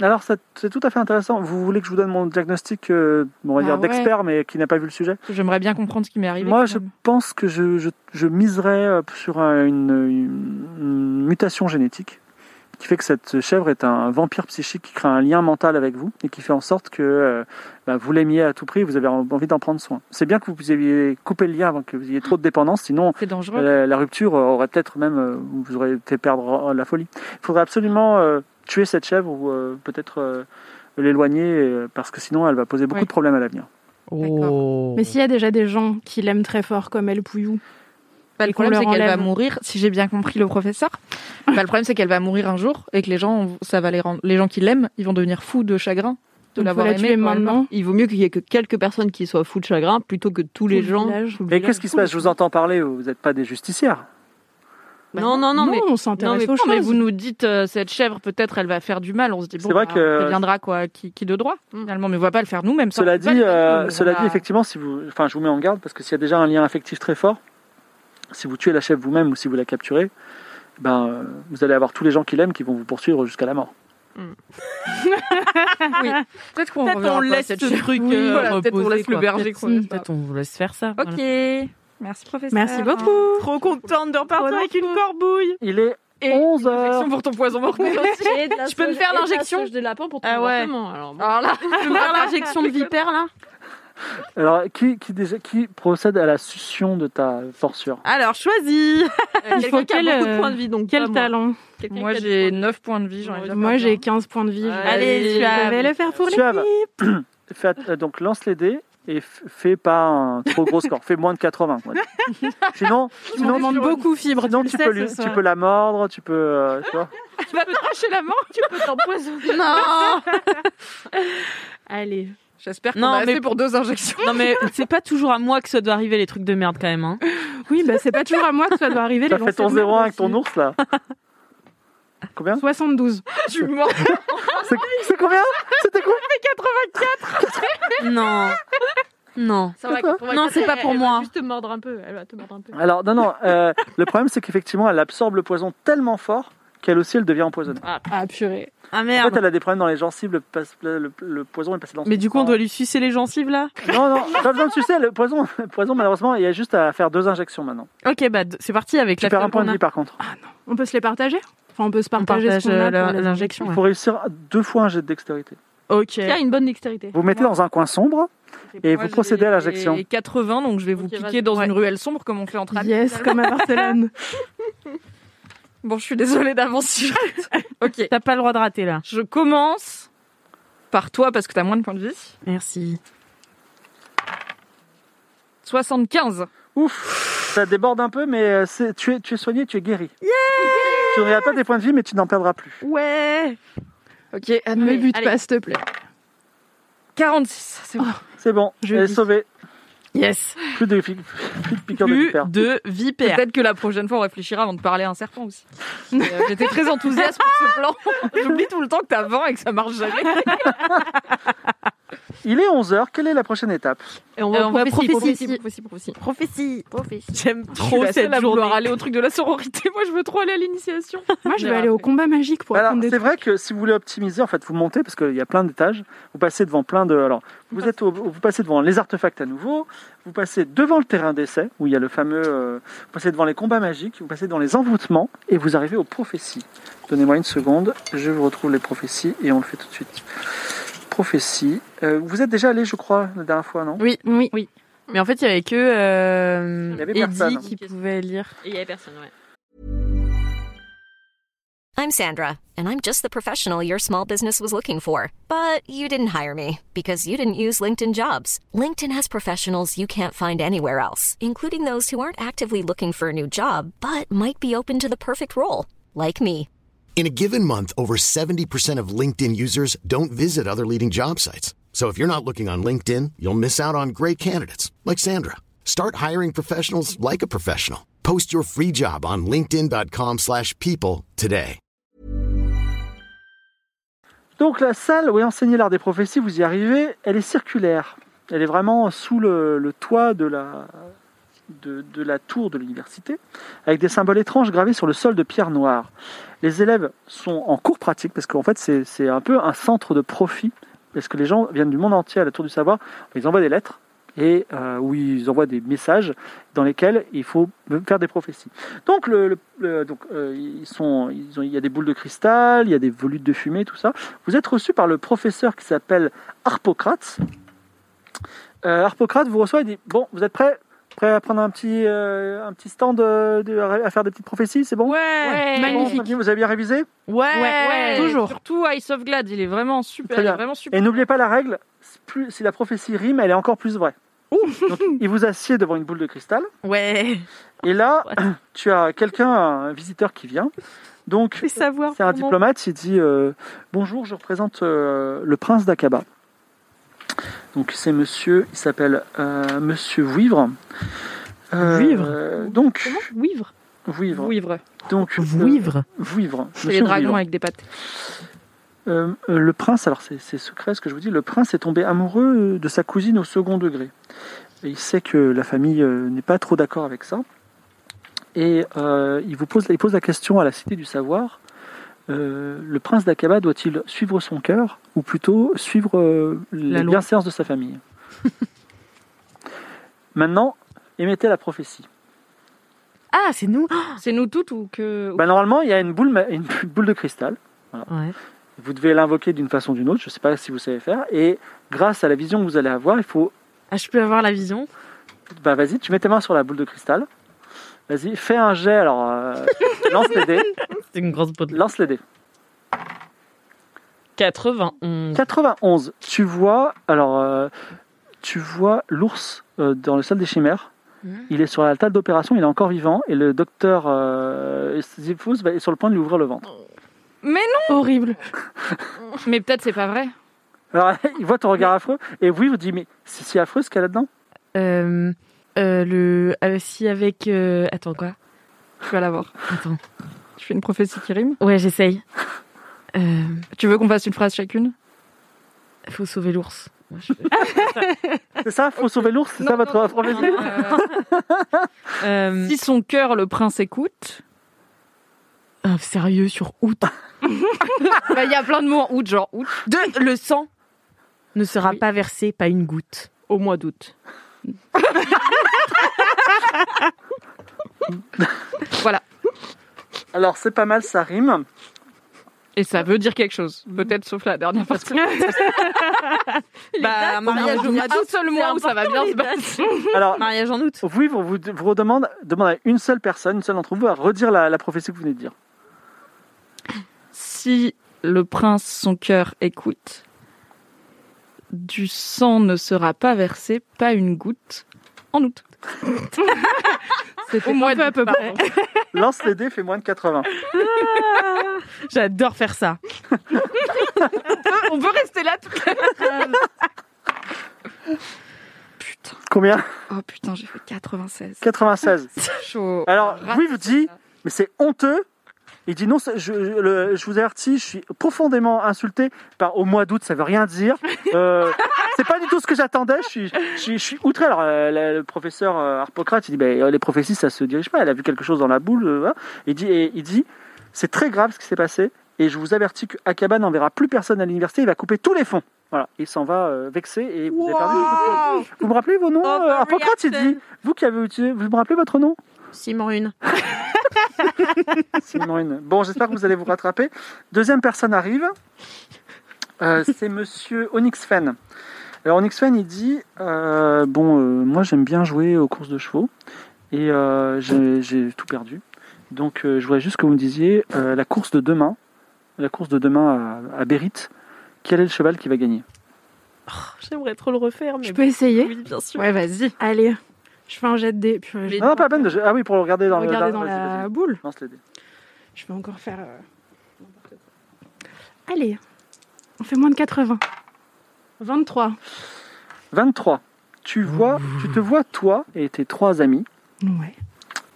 Speaker 4: Eh, alors, ça- c'est tout à fait intéressant. Vous voulez que je vous donne mon diagnostic, euh, on va
Speaker 6: Ah
Speaker 4: dire
Speaker 6: ouais.
Speaker 4: d'expert, mais qui n'a pas vu le sujet
Speaker 6: J'aimerais bien comprendre ce qui m'est arrivé.
Speaker 4: Moi,
Speaker 6: quand
Speaker 4: je
Speaker 6: même.
Speaker 4: pense que je, je, je miserais euh, sur euh, une, une- une mutation génétique qui fait que cette chèvre est un vampire psychique qui crée un lien mental avec vous et qui fait en sorte que euh, bah, vous l'aimiez à tout prix et vous avez en- envie d'en prendre soin. C'est bien que vous ayez coupé le lien avant que vous ayez trop de dépendance, sinon euh,
Speaker 6: c'est dangereux.
Speaker 4: la, la rupture aurait peut-être même, euh, vous aurez été perdre la folie. Il faudrait absolument euh, tuer cette chèvre ou euh, peut-être euh, l'éloigner euh, parce que sinon elle va poser beaucoup
Speaker 6: Ouais.
Speaker 4: de problèmes à l'avenir. Oh.
Speaker 5: Oh.
Speaker 7: Mais s'il y a déjà des gens qui l'aiment très fort, comme El Pouillou,
Speaker 6: Bah,
Speaker 7: et
Speaker 6: le
Speaker 7: qu'on
Speaker 6: problème,
Speaker 7: leur
Speaker 6: c'est qu'elle va
Speaker 7: enlève.
Speaker 6: mourir, si j'ai bien compris le professeur. Bah, le problème, c'est qu'elle va mourir un jour et que les gens, ça va les rendre, les gens qui l'aiment, ils vont devenir fous de chagrin de
Speaker 7: Donc,
Speaker 6: l'avoir
Speaker 7: faut la
Speaker 6: aimée.
Speaker 7: tuer
Speaker 6: quand elle meurt.
Speaker 7: maintenant.
Speaker 3: Il vaut mieux qu'il y ait que quelques personnes qui soient fous de chagrin plutôt que tous les
Speaker 7: le
Speaker 3: gens.
Speaker 7: village.
Speaker 4: Mais qu'est-ce qui se passe Je vous entends parler, vous n'êtes pas des justicières.
Speaker 3: Non, non, non, mais
Speaker 7: on
Speaker 3: non,
Speaker 7: s'intéresse
Speaker 3: mais
Speaker 7: aux
Speaker 6: Mais
Speaker 7: choses.
Speaker 6: vous nous dites, euh, cette chèvre, peut-être, elle va faire du mal. On se dit, bon,
Speaker 4: C'est vrai
Speaker 6: bah,
Speaker 4: que-
Speaker 6: on préviendra, quoi, qui, qui de droit, finalement. Mais on va pas le faire nous-mêmes. ça, on
Speaker 4: Cela
Speaker 6: peut pas le
Speaker 4: dit,
Speaker 6: faire
Speaker 4: euh,
Speaker 6: nous-mêmes.
Speaker 4: cela
Speaker 6: On
Speaker 4: dit,
Speaker 6: a-
Speaker 4: effectivement, si vous, enfin, je vous mets en garde parce que s'il y a déjà un lien affectif très fort, si vous tuez la chèvre vous-même ou si vous la capturez, ben, euh, vous allez avoir tous les gens qui l'aiment qui vont vous poursuivre jusqu'à la mort.
Speaker 6: Peut-être qu'on
Speaker 3: Peut-être
Speaker 6: reverra
Speaker 3: on
Speaker 6: pas
Speaker 3: laisse
Speaker 6: cette
Speaker 3: ce
Speaker 6: chèvre.
Speaker 3: truc,
Speaker 6: Oui,
Speaker 3: euh,
Speaker 6: voilà, peut-être on
Speaker 3: reposer,
Speaker 6: laisse
Speaker 3: quoi.
Speaker 6: le berger
Speaker 7: Peut-être-
Speaker 6: qu'on
Speaker 5: Peut-être on vous laisse faire ça.
Speaker 6: Ok. Merci, professeur.
Speaker 7: Merci beaucoup.
Speaker 3: Trop contente de repartir avec une corbouille.
Speaker 4: Il est
Speaker 6: Et
Speaker 4: 11 heures.
Speaker 6: Injection pour ton poison mortel.
Speaker 8: Je
Speaker 6: Je peux me faire l'injection
Speaker 8: de lapin pour ton
Speaker 6: Ah ouais.
Speaker 8: appartement.
Speaker 3: Alors, bon.
Speaker 6: Alors là,
Speaker 8: Tu peux me faire l'injection de vipère là
Speaker 4: Alors, qui, qui, déjà, qui procède à la succion de ta morsure
Speaker 6: alors choisis.
Speaker 3: Il faut
Speaker 6: quel,
Speaker 3: quel beaucoup de
Speaker 6: euh,
Speaker 3: points de vie donc pas
Speaker 7: Quel
Speaker 3: moi.
Speaker 7: talent.
Speaker 3: Quelqu'un
Speaker 6: Moi
Speaker 3: qui a des
Speaker 6: j'ai
Speaker 3: points
Speaker 6: 9 points de vie, j'en ai déjà
Speaker 7: Moi,
Speaker 6: perdu
Speaker 7: j'ai
Speaker 6: un.
Speaker 7: 15 points de vie.
Speaker 6: Allez,
Speaker 7: je
Speaker 6: Suave.
Speaker 7: vais le faire pour les
Speaker 4: Suave. Fais att- euh, donc lance les dés et f- fais pas un trop gros score, fais moins de 80. quoi. Sinon,
Speaker 7: Tu m'en
Speaker 4: sinon,
Speaker 7: demandes
Speaker 4: tu-
Speaker 7: beaucoup, Fibre.
Speaker 4: sinon,
Speaker 7: tu,
Speaker 4: tu,
Speaker 7: le sais,
Speaker 4: peux,
Speaker 7: ce
Speaker 4: lui- tu
Speaker 7: soir.
Speaker 4: peux la mordre, tu peux. euh, tu vois.
Speaker 6: Tu vas t'arracher la main
Speaker 3: de- Tu peux t'empoisonner.
Speaker 6: Non
Speaker 7: Allez.
Speaker 6: J'espère qu'on
Speaker 5: Non,
Speaker 6: a assez
Speaker 5: mais-
Speaker 6: pour deux injections.
Speaker 5: Non mais c'est pas toujours à moi que ça doit arriver les trucs de merde quand même. Hein.
Speaker 7: Oui, bah, c'est pas toujours à moi que ça doit arriver.
Speaker 4: T'as
Speaker 7: les
Speaker 4: fait ton
Speaker 7: lancers de
Speaker 4: 0-1
Speaker 7: merde
Speaker 4: avec ton hein.
Speaker 7: aussi.
Speaker 4: ours là Combien
Speaker 7: 72.
Speaker 6: Tu mens.
Speaker 4: C'est c'est combien C'était combien
Speaker 5: Non. Non.
Speaker 8: Ça va,
Speaker 4: Pourquoi
Speaker 8: pour moi,
Speaker 5: Non,
Speaker 8: elle-
Speaker 5: c'est pas
Speaker 8: elle-
Speaker 5: pour
Speaker 8: elle
Speaker 5: moi.
Speaker 8: va Juste te mordre un peu. Elle va te mordre un peu.
Speaker 4: Alors, non, non, euh, le problème c'est qu'effectivement, elle absorbe le poison tellement fort qu'elle aussi, elle devient empoisonnée.
Speaker 7: Ah, purée.
Speaker 5: Ah
Speaker 4: En
Speaker 5: merde.
Speaker 4: fait, elle a des problèmes dans les gencives, le, pas- le- le poison est passé dans son
Speaker 5: Mais du coup, on
Speaker 4: sang.
Speaker 5: doit lui sucer les gencives là
Speaker 4: Non, non, pas besoin de sucer, le poison, le poison, malheureusement, il y a juste à faire deux injections maintenant.
Speaker 5: Ok, bah d- c'est parti avec
Speaker 4: Tu
Speaker 5: la
Speaker 4: perds un
Speaker 5: fièvre
Speaker 4: point
Speaker 5: qu'on
Speaker 4: de
Speaker 5: a.
Speaker 4: vie par contre.
Speaker 7: On peut se les partager Enfin, on peut se
Speaker 5: On
Speaker 7: partager
Speaker 5: partage
Speaker 7: ce qu'on a
Speaker 5: euh, la-
Speaker 7: pour les
Speaker 5: l'injection.
Speaker 4: Il
Speaker 5: ouais.
Speaker 4: faut réussir deux fois un jet de dextérité.
Speaker 5: Ok.
Speaker 3: Il y a une bonne dextérité.
Speaker 4: Vous mettez dans un coin sombre et
Speaker 6: Moi,
Speaker 4: vous procédez à l'injection.
Speaker 6: j'ai 80, donc je vais vous
Speaker 3: Ok,
Speaker 6: piquer
Speaker 3: vas-y.
Speaker 6: dans une ruelle sombre comme on fait entre amis.
Speaker 7: Yes, comme à Barcelone.
Speaker 6: Bon, je suis désolée d'avance si je rate. Ok,
Speaker 5: T'as pas le droit de rater là.
Speaker 6: je commence par toi parce que t'as moins de points de vie.
Speaker 5: Merci.
Speaker 6: 75.
Speaker 4: Ouf, ça déborde un peu, mais euh, c'est- tu es, tu es soigné, tu es guéri. tu n'auras pas des points de vie, mais tu n'en perdras plus.
Speaker 6: Ouais Ok,
Speaker 7: Ne me
Speaker 6: admettez.
Speaker 7: bute
Speaker 6: Allez,
Speaker 7: pas, s'il te plaît.
Speaker 6: 46, c'est bon.
Speaker 4: C'est bon,
Speaker 7: Je
Speaker 4: elle est
Speaker 7: vis.
Speaker 4: sauvée.
Speaker 5: Yes.
Speaker 4: Plus de, fi- plus de piqûres de
Speaker 5: Plus
Speaker 4: vipère.
Speaker 5: de vipère.
Speaker 6: Peut-être que la prochaine fois, on réfléchira avant de parler à un serpent aussi. Mais, euh, J'étais très enthousiaste pour ce plan. J'oublie tout le temps que t'as 20 et que ça marche jamais.
Speaker 4: Il est 11h, quelle est la prochaine étape
Speaker 3: Et on
Speaker 5: Euh, on va
Speaker 3: prophétie,
Speaker 5: prophétie.
Speaker 3: prophétie, prophétie, prophétie.
Speaker 5: Prophétie.
Speaker 3: Prophétie.
Speaker 5: J'aime
Speaker 6: Je suis
Speaker 5: trop
Speaker 6: la seule
Speaker 5: cette
Speaker 6: à vouloir
Speaker 5: journée.
Speaker 6: aller au truc de la sororité. Moi, je veux trop aller à l'initiation.
Speaker 7: Moi, je vais aller au combat magique pour
Speaker 4: Alors,
Speaker 7: apprendre des
Speaker 4: c'est vrai que si vous voulez optimiser, en fait, vous montez parce qu'il y a plein d'étages. Vous passez devant plein de. Alors, vous êtes, au- vous passez devant les artefacts à nouveau. Vous passez devant le terrain d'essai où il y a le fameux. euh, vous passez devant les combats magiques. Vous passez devant les envoûtements et vous arrivez aux prophéties. Donnez-moi une seconde. Je vous retrouve les prophéties et on le fait tout de suite. Prophéties. Euh, vous êtes déjà allé, je crois, la dernière fois, non
Speaker 5: Oui, oui, oui. Mais en fait, il y avait que
Speaker 4: Il y
Speaker 5: euh,
Speaker 4: avait
Speaker 5: Eddie
Speaker 4: personne.
Speaker 5: qui pouvait lire.
Speaker 3: Et il y avait personne, ouais.
Speaker 9: I'm Sandra, and I'm just the professional your small business was looking for. But you didn't hire me because you didn't use LinkedIn jobs. LinkedIn has professionals you can't find anywhere else, including those who aren't actively looking for a new job but might be open to the perfect role, like me.
Speaker 10: In a given month, over 70% of LinkedIn users don't visit other leading job sites. So if you're not looking on LinkedIn, you'll miss out on great candidates like Sandra. Start hiring professionals like a professional. Post your free job on linkedin.com/people slash people today.
Speaker 4: Donc la salle où est enseigné l'art des prophéties, vous y arrivez, elle est circulaire. Elle est vraiment sous le, le toit de la, de, de la tour de l'université, avec des symboles étranges gravés sur le sol de pierre noire. Les élèves sont en cours pratique, parce qu'en fait c'est c'est un peu un centre de profit, parce que les gens viennent du monde entier à la tour du savoir, ils envoient des lettres. Et euh, où ils envoient des messages dans lesquels il faut faire des prophéties. Donc, le, le- le- donc euh, ils sont, ils ont, il y a des boules de cristal, il y a des volutes de fumée, tout ça. Vous êtes reçu par le professeur qui s'appelle Harpocrate. Euh, Harpocrate vous reçoit et dit Bon, vous êtes prêts Prêts à prendre un petit, euh, un petit stand euh, de- à faire des petites prophéties C'est bon
Speaker 6: Ouais,
Speaker 4: C'est bon,
Speaker 5: magnifique.
Speaker 4: Sophie, vous avez bien révisé
Speaker 5: Ouais, toujours.
Speaker 6: Surtout Ice of Glad, il est vraiment super.
Speaker 4: Très
Speaker 6: Il
Speaker 4: bien.
Speaker 6: est vraiment super.
Speaker 4: Et n'oubliez pas la règle plus, si la prophétie rime, elle est encore plus vraie. Donc, il vous assied devant une boule de cristal.
Speaker 5: Ouais.
Speaker 4: Et là, tu as quelqu'un, un visiteur qui vient. Donc,
Speaker 5: Fais savoir.
Speaker 4: C'est un
Speaker 5: comment.
Speaker 4: diplomate, il dit euh, Bonjour, je représente euh, le prince d'Akaba. Donc c'est monsieur, il s'appelle euh, monsieur Vouivre. Euh,
Speaker 5: Vouivre
Speaker 4: Donc,
Speaker 6: Comment Wivre.
Speaker 4: Vouivre.
Speaker 6: Wivre.
Speaker 4: Donc, euh,
Speaker 5: Vouivre.
Speaker 4: Vouivre.
Speaker 6: C'est les
Speaker 4: monsieur
Speaker 6: dragons
Speaker 4: Vouivre.
Speaker 6: avec des pattes.
Speaker 4: Euh, euh, le prince, alors c'est c'est secret ce que je vous dis, le prince est tombé amoureux de sa cousine au second degré. Et il sait que la famille euh, n'est pas trop d'accord avec ça. Et euh, il vous pose, il pose la question à la Cité du Savoir. euh, le prince d'Akaba doit-il suivre son cœur ou plutôt suivre euh,
Speaker 5: La
Speaker 4: les
Speaker 5: loi.
Speaker 4: bienséances de sa famille Maintenant, émettez la prophétie.
Speaker 5: Ah, c'est nous.
Speaker 6: C'est nous toutes ou
Speaker 5: Euh,
Speaker 6: que.
Speaker 4: Bah, normalement, il y a une boule, ma- une boule de cristal.
Speaker 5: Ouais.
Speaker 4: Vous devez l'invoquer d'une façon ou d'une autre, je ne sais pas si vous savez faire. Et grâce à la vision que vous allez avoir, il faut
Speaker 5: Ah, je peux avoir la vision.
Speaker 4: Bah vas-y, tu mets tes mains sur la boule de cristal. Vas-y, fais un jet. Alors, euh, lance les dés.
Speaker 5: C'est une grosse botte.
Speaker 4: Lance les dés.
Speaker 5: 91.
Speaker 4: 91. Tu vois, alors, euh, tu vois l'ours euh, dans le salle des chimères.
Speaker 6: Mmh.
Speaker 5: Mhm.
Speaker 4: Il est sur la table d'opération, il est encore vivant et le docteur euh, Sisyphus va- est sur le point de lui ouvrir le ventre.
Speaker 7: Horrible.
Speaker 6: Mais peut-être c'est pas vrai. Oh.
Speaker 4: Alors, il voit ton regard affreux et oui, vous dit mais c'est si affreux ce qu'elle a dedans.
Speaker 5: Euh, euh, le. euh, si avec. euh, Attends quoi
Speaker 6: Tu vas l'avoir.
Speaker 5: Attends.
Speaker 6: Je fais une prophétie qui rime.
Speaker 5: Ouais, j'essaye. Euh,
Speaker 6: Tu veux qu'on fasse une phrase chacune
Speaker 5: faut sauver l'ours. Moi, je-
Speaker 4: C'est ça, faut sauver l'ours, c'est
Speaker 6: Non,
Speaker 4: ça votre
Speaker 6: non, non,
Speaker 4: prophétie
Speaker 6: non, non, euh,
Speaker 5: Euh,
Speaker 6: Si son cœur, le prince écoute.
Speaker 5: Ah, sérieux, sur août
Speaker 6: bah, Il y a plein de mots en août, genre août.
Speaker 5: De, Le sang ne sera
Speaker 3: Oui.
Speaker 5: pas versé, pas une goutte.
Speaker 3: Au mois d'août.
Speaker 4: Alors, c'est pas mal, ça rime.
Speaker 3: Et ça veut dire quelque chose. Peut-être sauf la dernière partie. bah, mariage au mois d'août, seul mois où ça va bien se passer.
Speaker 4: Alors,
Speaker 6: Mariage en août.
Speaker 4: vous, on vous, vous redemande demande à une seule personne, une seule d'entre vous, à redire la, la prophétie que vous venez de dire.
Speaker 6: Si le prince son cœur écoute, du sang ne sera pas versé, pas une goutte en août.
Speaker 5: Au moins à peu près.
Speaker 4: Lance les dés, fait moins de 80.
Speaker 5: J'adore faire ça.
Speaker 3: On peut rester là tout
Speaker 6: Putain.
Speaker 4: Combien
Speaker 6: Oh putain, j'ai fait 96.
Speaker 4: 96.
Speaker 6: Chaud.
Speaker 4: Alors,
Speaker 6: Rate
Speaker 4: Louis vous dit,
Speaker 6: ça.
Speaker 4: mais c'est honteux. Il dit non, c'est- je, je- le- je vous avertis, je suis profondément insulté par au mois d'août, ça veut rien dire. Euh, c'est pas du tout ce que j'attendais, je suis, je, suis- je suis outré. Alors, euh, la- le professeur euh, Harpocrate, il dit, ben, euh, les prophéties, ça se dirige pas, elle a vu quelque chose dans la boule. euh, voilà. il dit, et il dit c'est très grave ce qui s'est passé, et je vous avertis que Akaba n'enverra plus personne à l'université, il va couper tous les fonds. Voilà, il s'en va euh, vexé et vous avez perdu. Vous me rappelez vos noms euh, Harpocrate, il dit, vous qui avez utilisé, vous me rappelez votre nom
Speaker 8: Simon une.
Speaker 4: Simon Hune. Bon, j'espère que vous allez vous rattraper. Deuxième personne arrive. Euh, c'est monsieur Onyx Fen. Alors, Onyx Fen, il dit euh, Bon, euh, moi, j'aime bien jouer aux courses de chevaux et euh, j'ai- j'ai tout perdu. Donc, euh, je voudrais juste que vous me disiez euh, la course de demain, la course de demain à, à Bérite, quel est le cheval qui va gagner
Speaker 8: Oh, J'aimerais trop le refaire, mais
Speaker 7: Je peux essayer
Speaker 8: oui, bien sûr.
Speaker 5: Ouais, vas-y.
Speaker 7: Allez, je fais un jet de dés. Purée, je
Speaker 4: Non, non, pas la peine de. Ah oui, pour le regarder
Speaker 7: vais
Speaker 4: dans
Speaker 7: regarder
Speaker 4: le.
Speaker 7: dans
Speaker 4: vas-y,
Speaker 7: la
Speaker 4: vas-y.
Speaker 7: boule.
Speaker 4: Lance les dés.
Speaker 7: Je vais encore faire. euh, n'importe quoi. Allez, on fait moins de 80. 23.
Speaker 4: 23. Tu, vois, tu te vois, toi et tes trois amis,
Speaker 7: Ouais.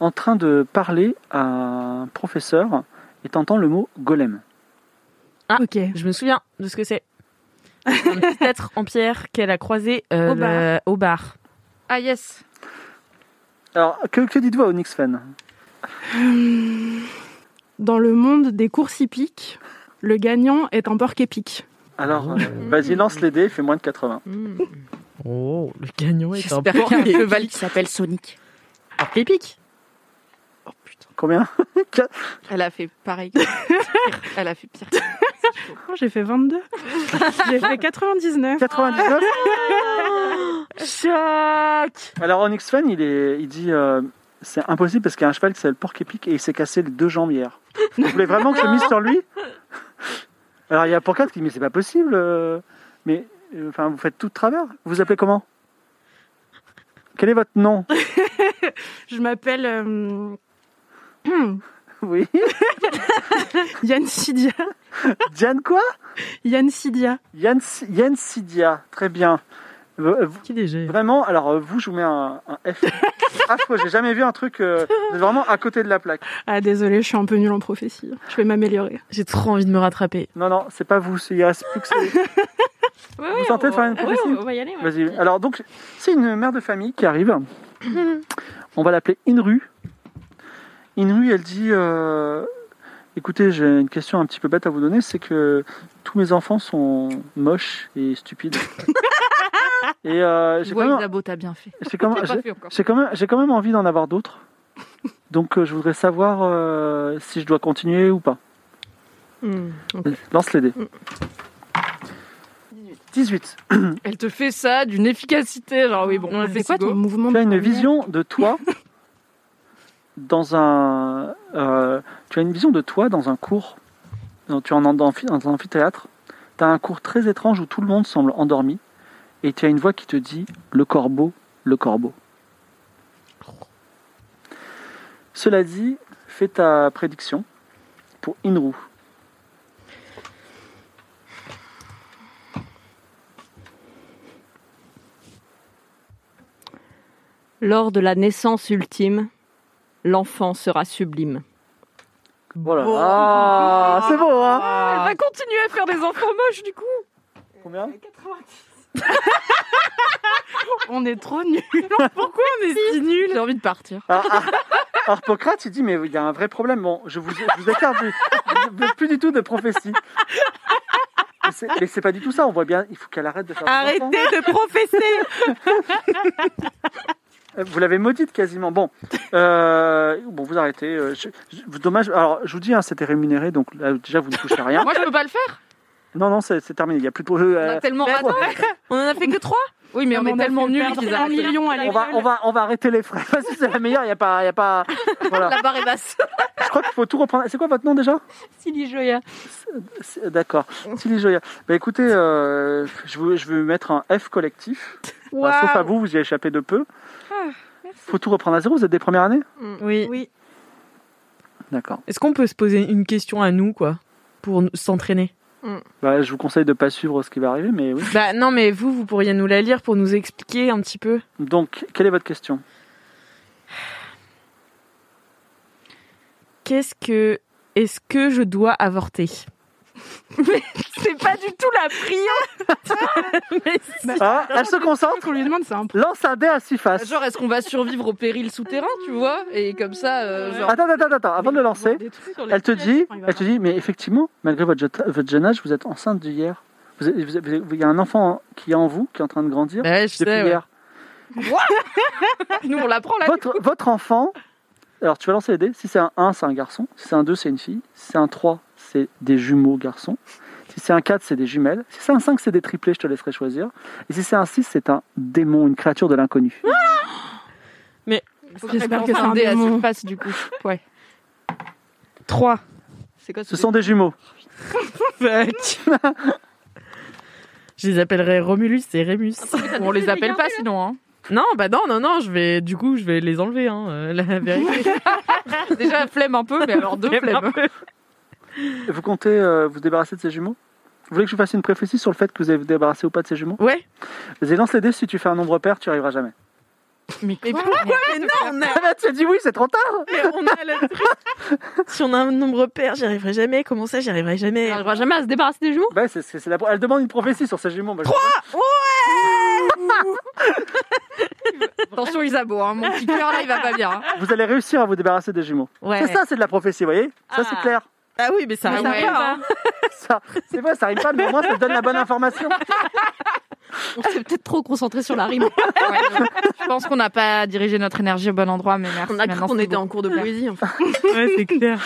Speaker 4: en train de parler à un professeur et t'entends le mot golem.
Speaker 6: Ah.
Speaker 7: Ok.
Speaker 5: Je me souviens de ce que c'est. Un petit être en pierre qu'elle a croisé euh,
Speaker 7: Au bar.
Speaker 5: le- au bar.
Speaker 6: Ah yes.
Speaker 4: Alors, que, que dites-vous à Onyx Fan
Speaker 7: Dans le monde des courses hippiques, le gagnant est un porc épique.
Speaker 4: Alors, euh, vas-y, lance les dés, fais moins de 80.
Speaker 5: Oh, le gagnant est
Speaker 6: J'espère qu'il y a un cheval qui s'appelle Sonic.
Speaker 5: épique.
Speaker 6: Oh putain.
Speaker 4: Combien
Speaker 6: Elle a fait pareil. Elle a fait pire.
Speaker 7: Oh, J'ai fait 22. J'ai fait 99.
Speaker 4: 99
Speaker 5: Choc
Speaker 4: Alors, Onyx Fan, il, est, il dit euh, c'est impossible parce qu'il y a un cheval qui s'appelle Porc Épic et il s'est cassé les deux jambes hier. Vous voulez vraiment que je mise sur lui Alors, il y a Porcat qui dit mais c'est pas possible. euh, mais, euh, enfin, vous faites tout de travers. Vous vous appelez comment Quel est votre nom
Speaker 7: Je m'appelle euh,
Speaker 4: Oui
Speaker 7: Yann Sidia.
Speaker 4: Diane quoi
Speaker 7: Yann Sidia.
Speaker 4: Yann, Yann Sidia, très bien. Euh, vous-
Speaker 5: Qui léger.
Speaker 4: Vraiment, alors euh, vous, je vous mets un, un F. Ah, Affreux, j'ai jamais vu un truc euh, vous êtes vraiment à côté de la plaque.
Speaker 7: Ah, désolé, je suis un peu nulle en prophétie. Je vais m'améliorer.
Speaker 5: J'ai trop envie de me rattraper.
Speaker 4: Non, non, c'est pas vous, c'est- il reste plus que c'est- Vous tentez de faire une prophétie
Speaker 3: on va y aller. ouais.
Speaker 4: Vas-y. Alors, donc, c'est une mère de famille qui arrive. On va l'appeler Inru. Inru, elle dit euh, Écoutez, j'ai une question un petit peu bête à vous donner c'est que tous mes enfants sont moches et stupides. et euh, j'ai
Speaker 6: Ouais,
Speaker 4: quand même-
Speaker 6: Isabeau, t'as bien fait.
Speaker 4: j'ai quand même-
Speaker 3: J'ai
Speaker 4: j'ai-
Speaker 3: pas fait encore.
Speaker 4: J'ai quand même, j'ai quand même envie d'en avoir d'autres. Donc euh, je voudrais savoir euh, si je dois continuer ou pas.
Speaker 3: Hmm, ok. Hmm.
Speaker 4: Lance les dés. 18.
Speaker 6: Elle te fait ça d'une efficacité. Genre oui bon.
Speaker 7: C'est quoi ton mouvement
Speaker 4: Tu as une
Speaker 7: premier
Speaker 4: vision de toi dans un. euh, tu as une vision de toi dans un cours. Dans- Tu es en, en- dans un amphithéâtre. Tu as un cours très étrange où tout le monde semble endormi. Et tu as une voix qui te dit Le corbeau, le corbeau. Cela dit, fais ta prédiction pour Inru.
Speaker 3: Lors de la naissance ultime, l'enfant sera sublime.
Speaker 4: Voilà. Oh Ah, c'est bon, hein
Speaker 6: Elle va continuer à faire des enfants moches du coup.
Speaker 4: Combien
Speaker 7: On est trop nuls.
Speaker 5: Pourquoi on est si nuls J'ai envie de partir.
Speaker 4: Alors, Ar- Harpocrate, il dit, mais il y a un vrai problème. Bon, je vous, je vous écarte du- vous n'êtes plus du tout de prophétie. Mais c'est- Mais c'est pas du tout ça. On voit bien, il faut qu'elle arrête de faire des
Speaker 8: Arrêtez
Speaker 4: enfants.
Speaker 8: de professer
Speaker 4: Euh, Vous l'avez maudite quasiment. Bon, euh, bon, vous arrêtez. euh, je- je- dommage. Alors, je vous dis, hein, c'était rémunéré, donc là, déjà, vous ne touchez rien.
Speaker 5: Moi, je peux pas le faire.
Speaker 4: Non, non, c'est c'est terminé. Il y a plus de. euh,
Speaker 5: tellement. Attends,
Speaker 8: On en a fait que trois
Speaker 5: oui, mais on, est tellement nuls qu'ils
Speaker 7: Un
Speaker 5: arrêtent.
Speaker 7: million à
Speaker 4: on va, on va, on va arrêter les frais. Parce que c'est la meilleure. Il y a pas, il y a pas. Voilà.
Speaker 6: La barre est basse.
Speaker 4: Je crois qu'il faut tout reprendre. C'est quoi votre nom déjà
Speaker 3: Silly Joya.
Speaker 4: C'est- D'accord. Tilly Joya. Bah écoutez, euh, je, vous- je vais mettre un F collectif. Bah, sauf à vous, vous y échappez de peu.
Speaker 6: Ah,
Speaker 4: faut tout reprendre à zéro. Vous êtes des premières années
Speaker 5: Oui.
Speaker 8: Oui.
Speaker 4: D'accord.
Speaker 5: Est-ce qu'on peut se poser une question à nous, quoi, pour nous- s'entraîner
Speaker 4: Bah, je vous conseille de pas suivre ce qui va arriver, mais oui.
Speaker 5: Bah non, mais vous, vous pourriez nous la lire pour nous expliquer un petit peu.
Speaker 4: Donc, quelle est votre question
Speaker 5: Qu'est-ce que. Est-ce que je dois avorter
Speaker 3: C'est pas du tout la prière.
Speaker 5: Bah,
Speaker 4: Ah, Elle se concentre.
Speaker 7: qu'on lui demande, c'est un peu.
Speaker 4: Lance un dé à six faces.
Speaker 6: Bah, Genre, est-ce qu'on va survivre au péril souterrain, tu vois Et comme ça, euh, genre.
Speaker 4: Attends, attends, attends, avant de le lancer, elle te dit, elle te dit, mais effectivement, malgré votre, je- votre jeune âge, vous êtes enceinte d'hier. Vous êtes- vous êtes- vous êtes- Il y a un enfant qui est en vous, qui est en train de grandir
Speaker 5: Bah ouais, je
Speaker 4: depuis
Speaker 5: sais. ouais.
Speaker 4: hier.
Speaker 6: Nous, on l'apprend là.
Speaker 4: Votre, votre enfant, alors tu vas lancer les dés, si c'est un 1, c'est un garçon, si c'est un 2, c'est une fille, si c'est un 3, c'est des jumeaux garçons, si c'est un 4, c'est des jumelles, si c'est un 5, c'est des triplés, je te laisserai choisir, et si c'est un 6, c'est un démon, une créature de l'inconnu.
Speaker 6: Faut
Speaker 7: qu'elle
Speaker 6: qu'elle
Speaker 7: fasse un
Speaker 6: un dé à
Speaker 7: démon.
Speaker 6: six faces, du coup. Ouais.
Speaker 5: 3.
Speaker 3: C'est quoi
Speaker 4: Ce sont des jumeaux.
Speaker 5: Fuck Je les appellerai Romulus et Rémus.
Speaker 6: On les appelle pas sinon. Hein.
Speaker 5: Non, bah non, non, non, je vais, du coup, je vais les enlever, hein, euh, la vérité.
Speaker 6: Déjà, flemme un peu, mais alors deux flemmes.
Speaker 4: Vous comptez euh, vous débarrasser de ces jumeaux Vous voulez que je vous fasse une prophétie sur le fait que vous allez vous débarrasser ou pas de ces jumeaux
Speaker 5: Ouais.
Speaker 4: Vas-y, lance les dés, si tu fais un nombre pair, tu arriveras jamais.
Speaker 5: Mais, pourquoi Mais non, on a,
Speaker 4: Ah bah, tu as dit oui, c'est trop tard
Speaker 5: mais on a le truc. Si on a un nombre pair, j'y arriverai jamais. Comment ça, j'y arriverai
Speaker 3: On
Speaker 5: jamais
Speaker 3: n'arrivera jamais à se débarrasser des jumeaux.
Speaker 4: bah, c'est- c'est- c'est la- Elle demande une prophétie sur ces jumeaux. bah, je-
Speaker 6: Attention, Isabeau, hein, mon petit cœur là, il va pas bien. hein.
Speaker 4: Vous allez réussir à vous débarrasser des jumeaux.
Speaker 5: Ouais.
Speaker 4: C'est ça, c'est de la prophétie, vous voyez Ça, c'est
Speaker 3: Ah.
Speaker 4: clair.
Speaker 5: Ah oui, mais ça
Speaker 6: Mais
Speaker 5: arrive
Speaker 6: ouais.
Speaker 5: pas.
Speaker 4: Ça, c'est vrai, ça arrive pas, mais au moins ça te donne la bonne information.
Speaker 3: On s'est peut-être trop concentré sur la rime.
Speaker 6: Ouais, donc, je pense qu'on n'a pas dirigé notre énergie au bon endroit, mais merci.
Speaker 3: On a cru
Speaker 6: maintenant,
Speaker 3: qu'on
Speaker 6: c'est
Speaker 3: était
Speaker 6: bon.
Speaker 3: en cours de poésie. en fait.
Speaker 5: Ouais, c'est clair.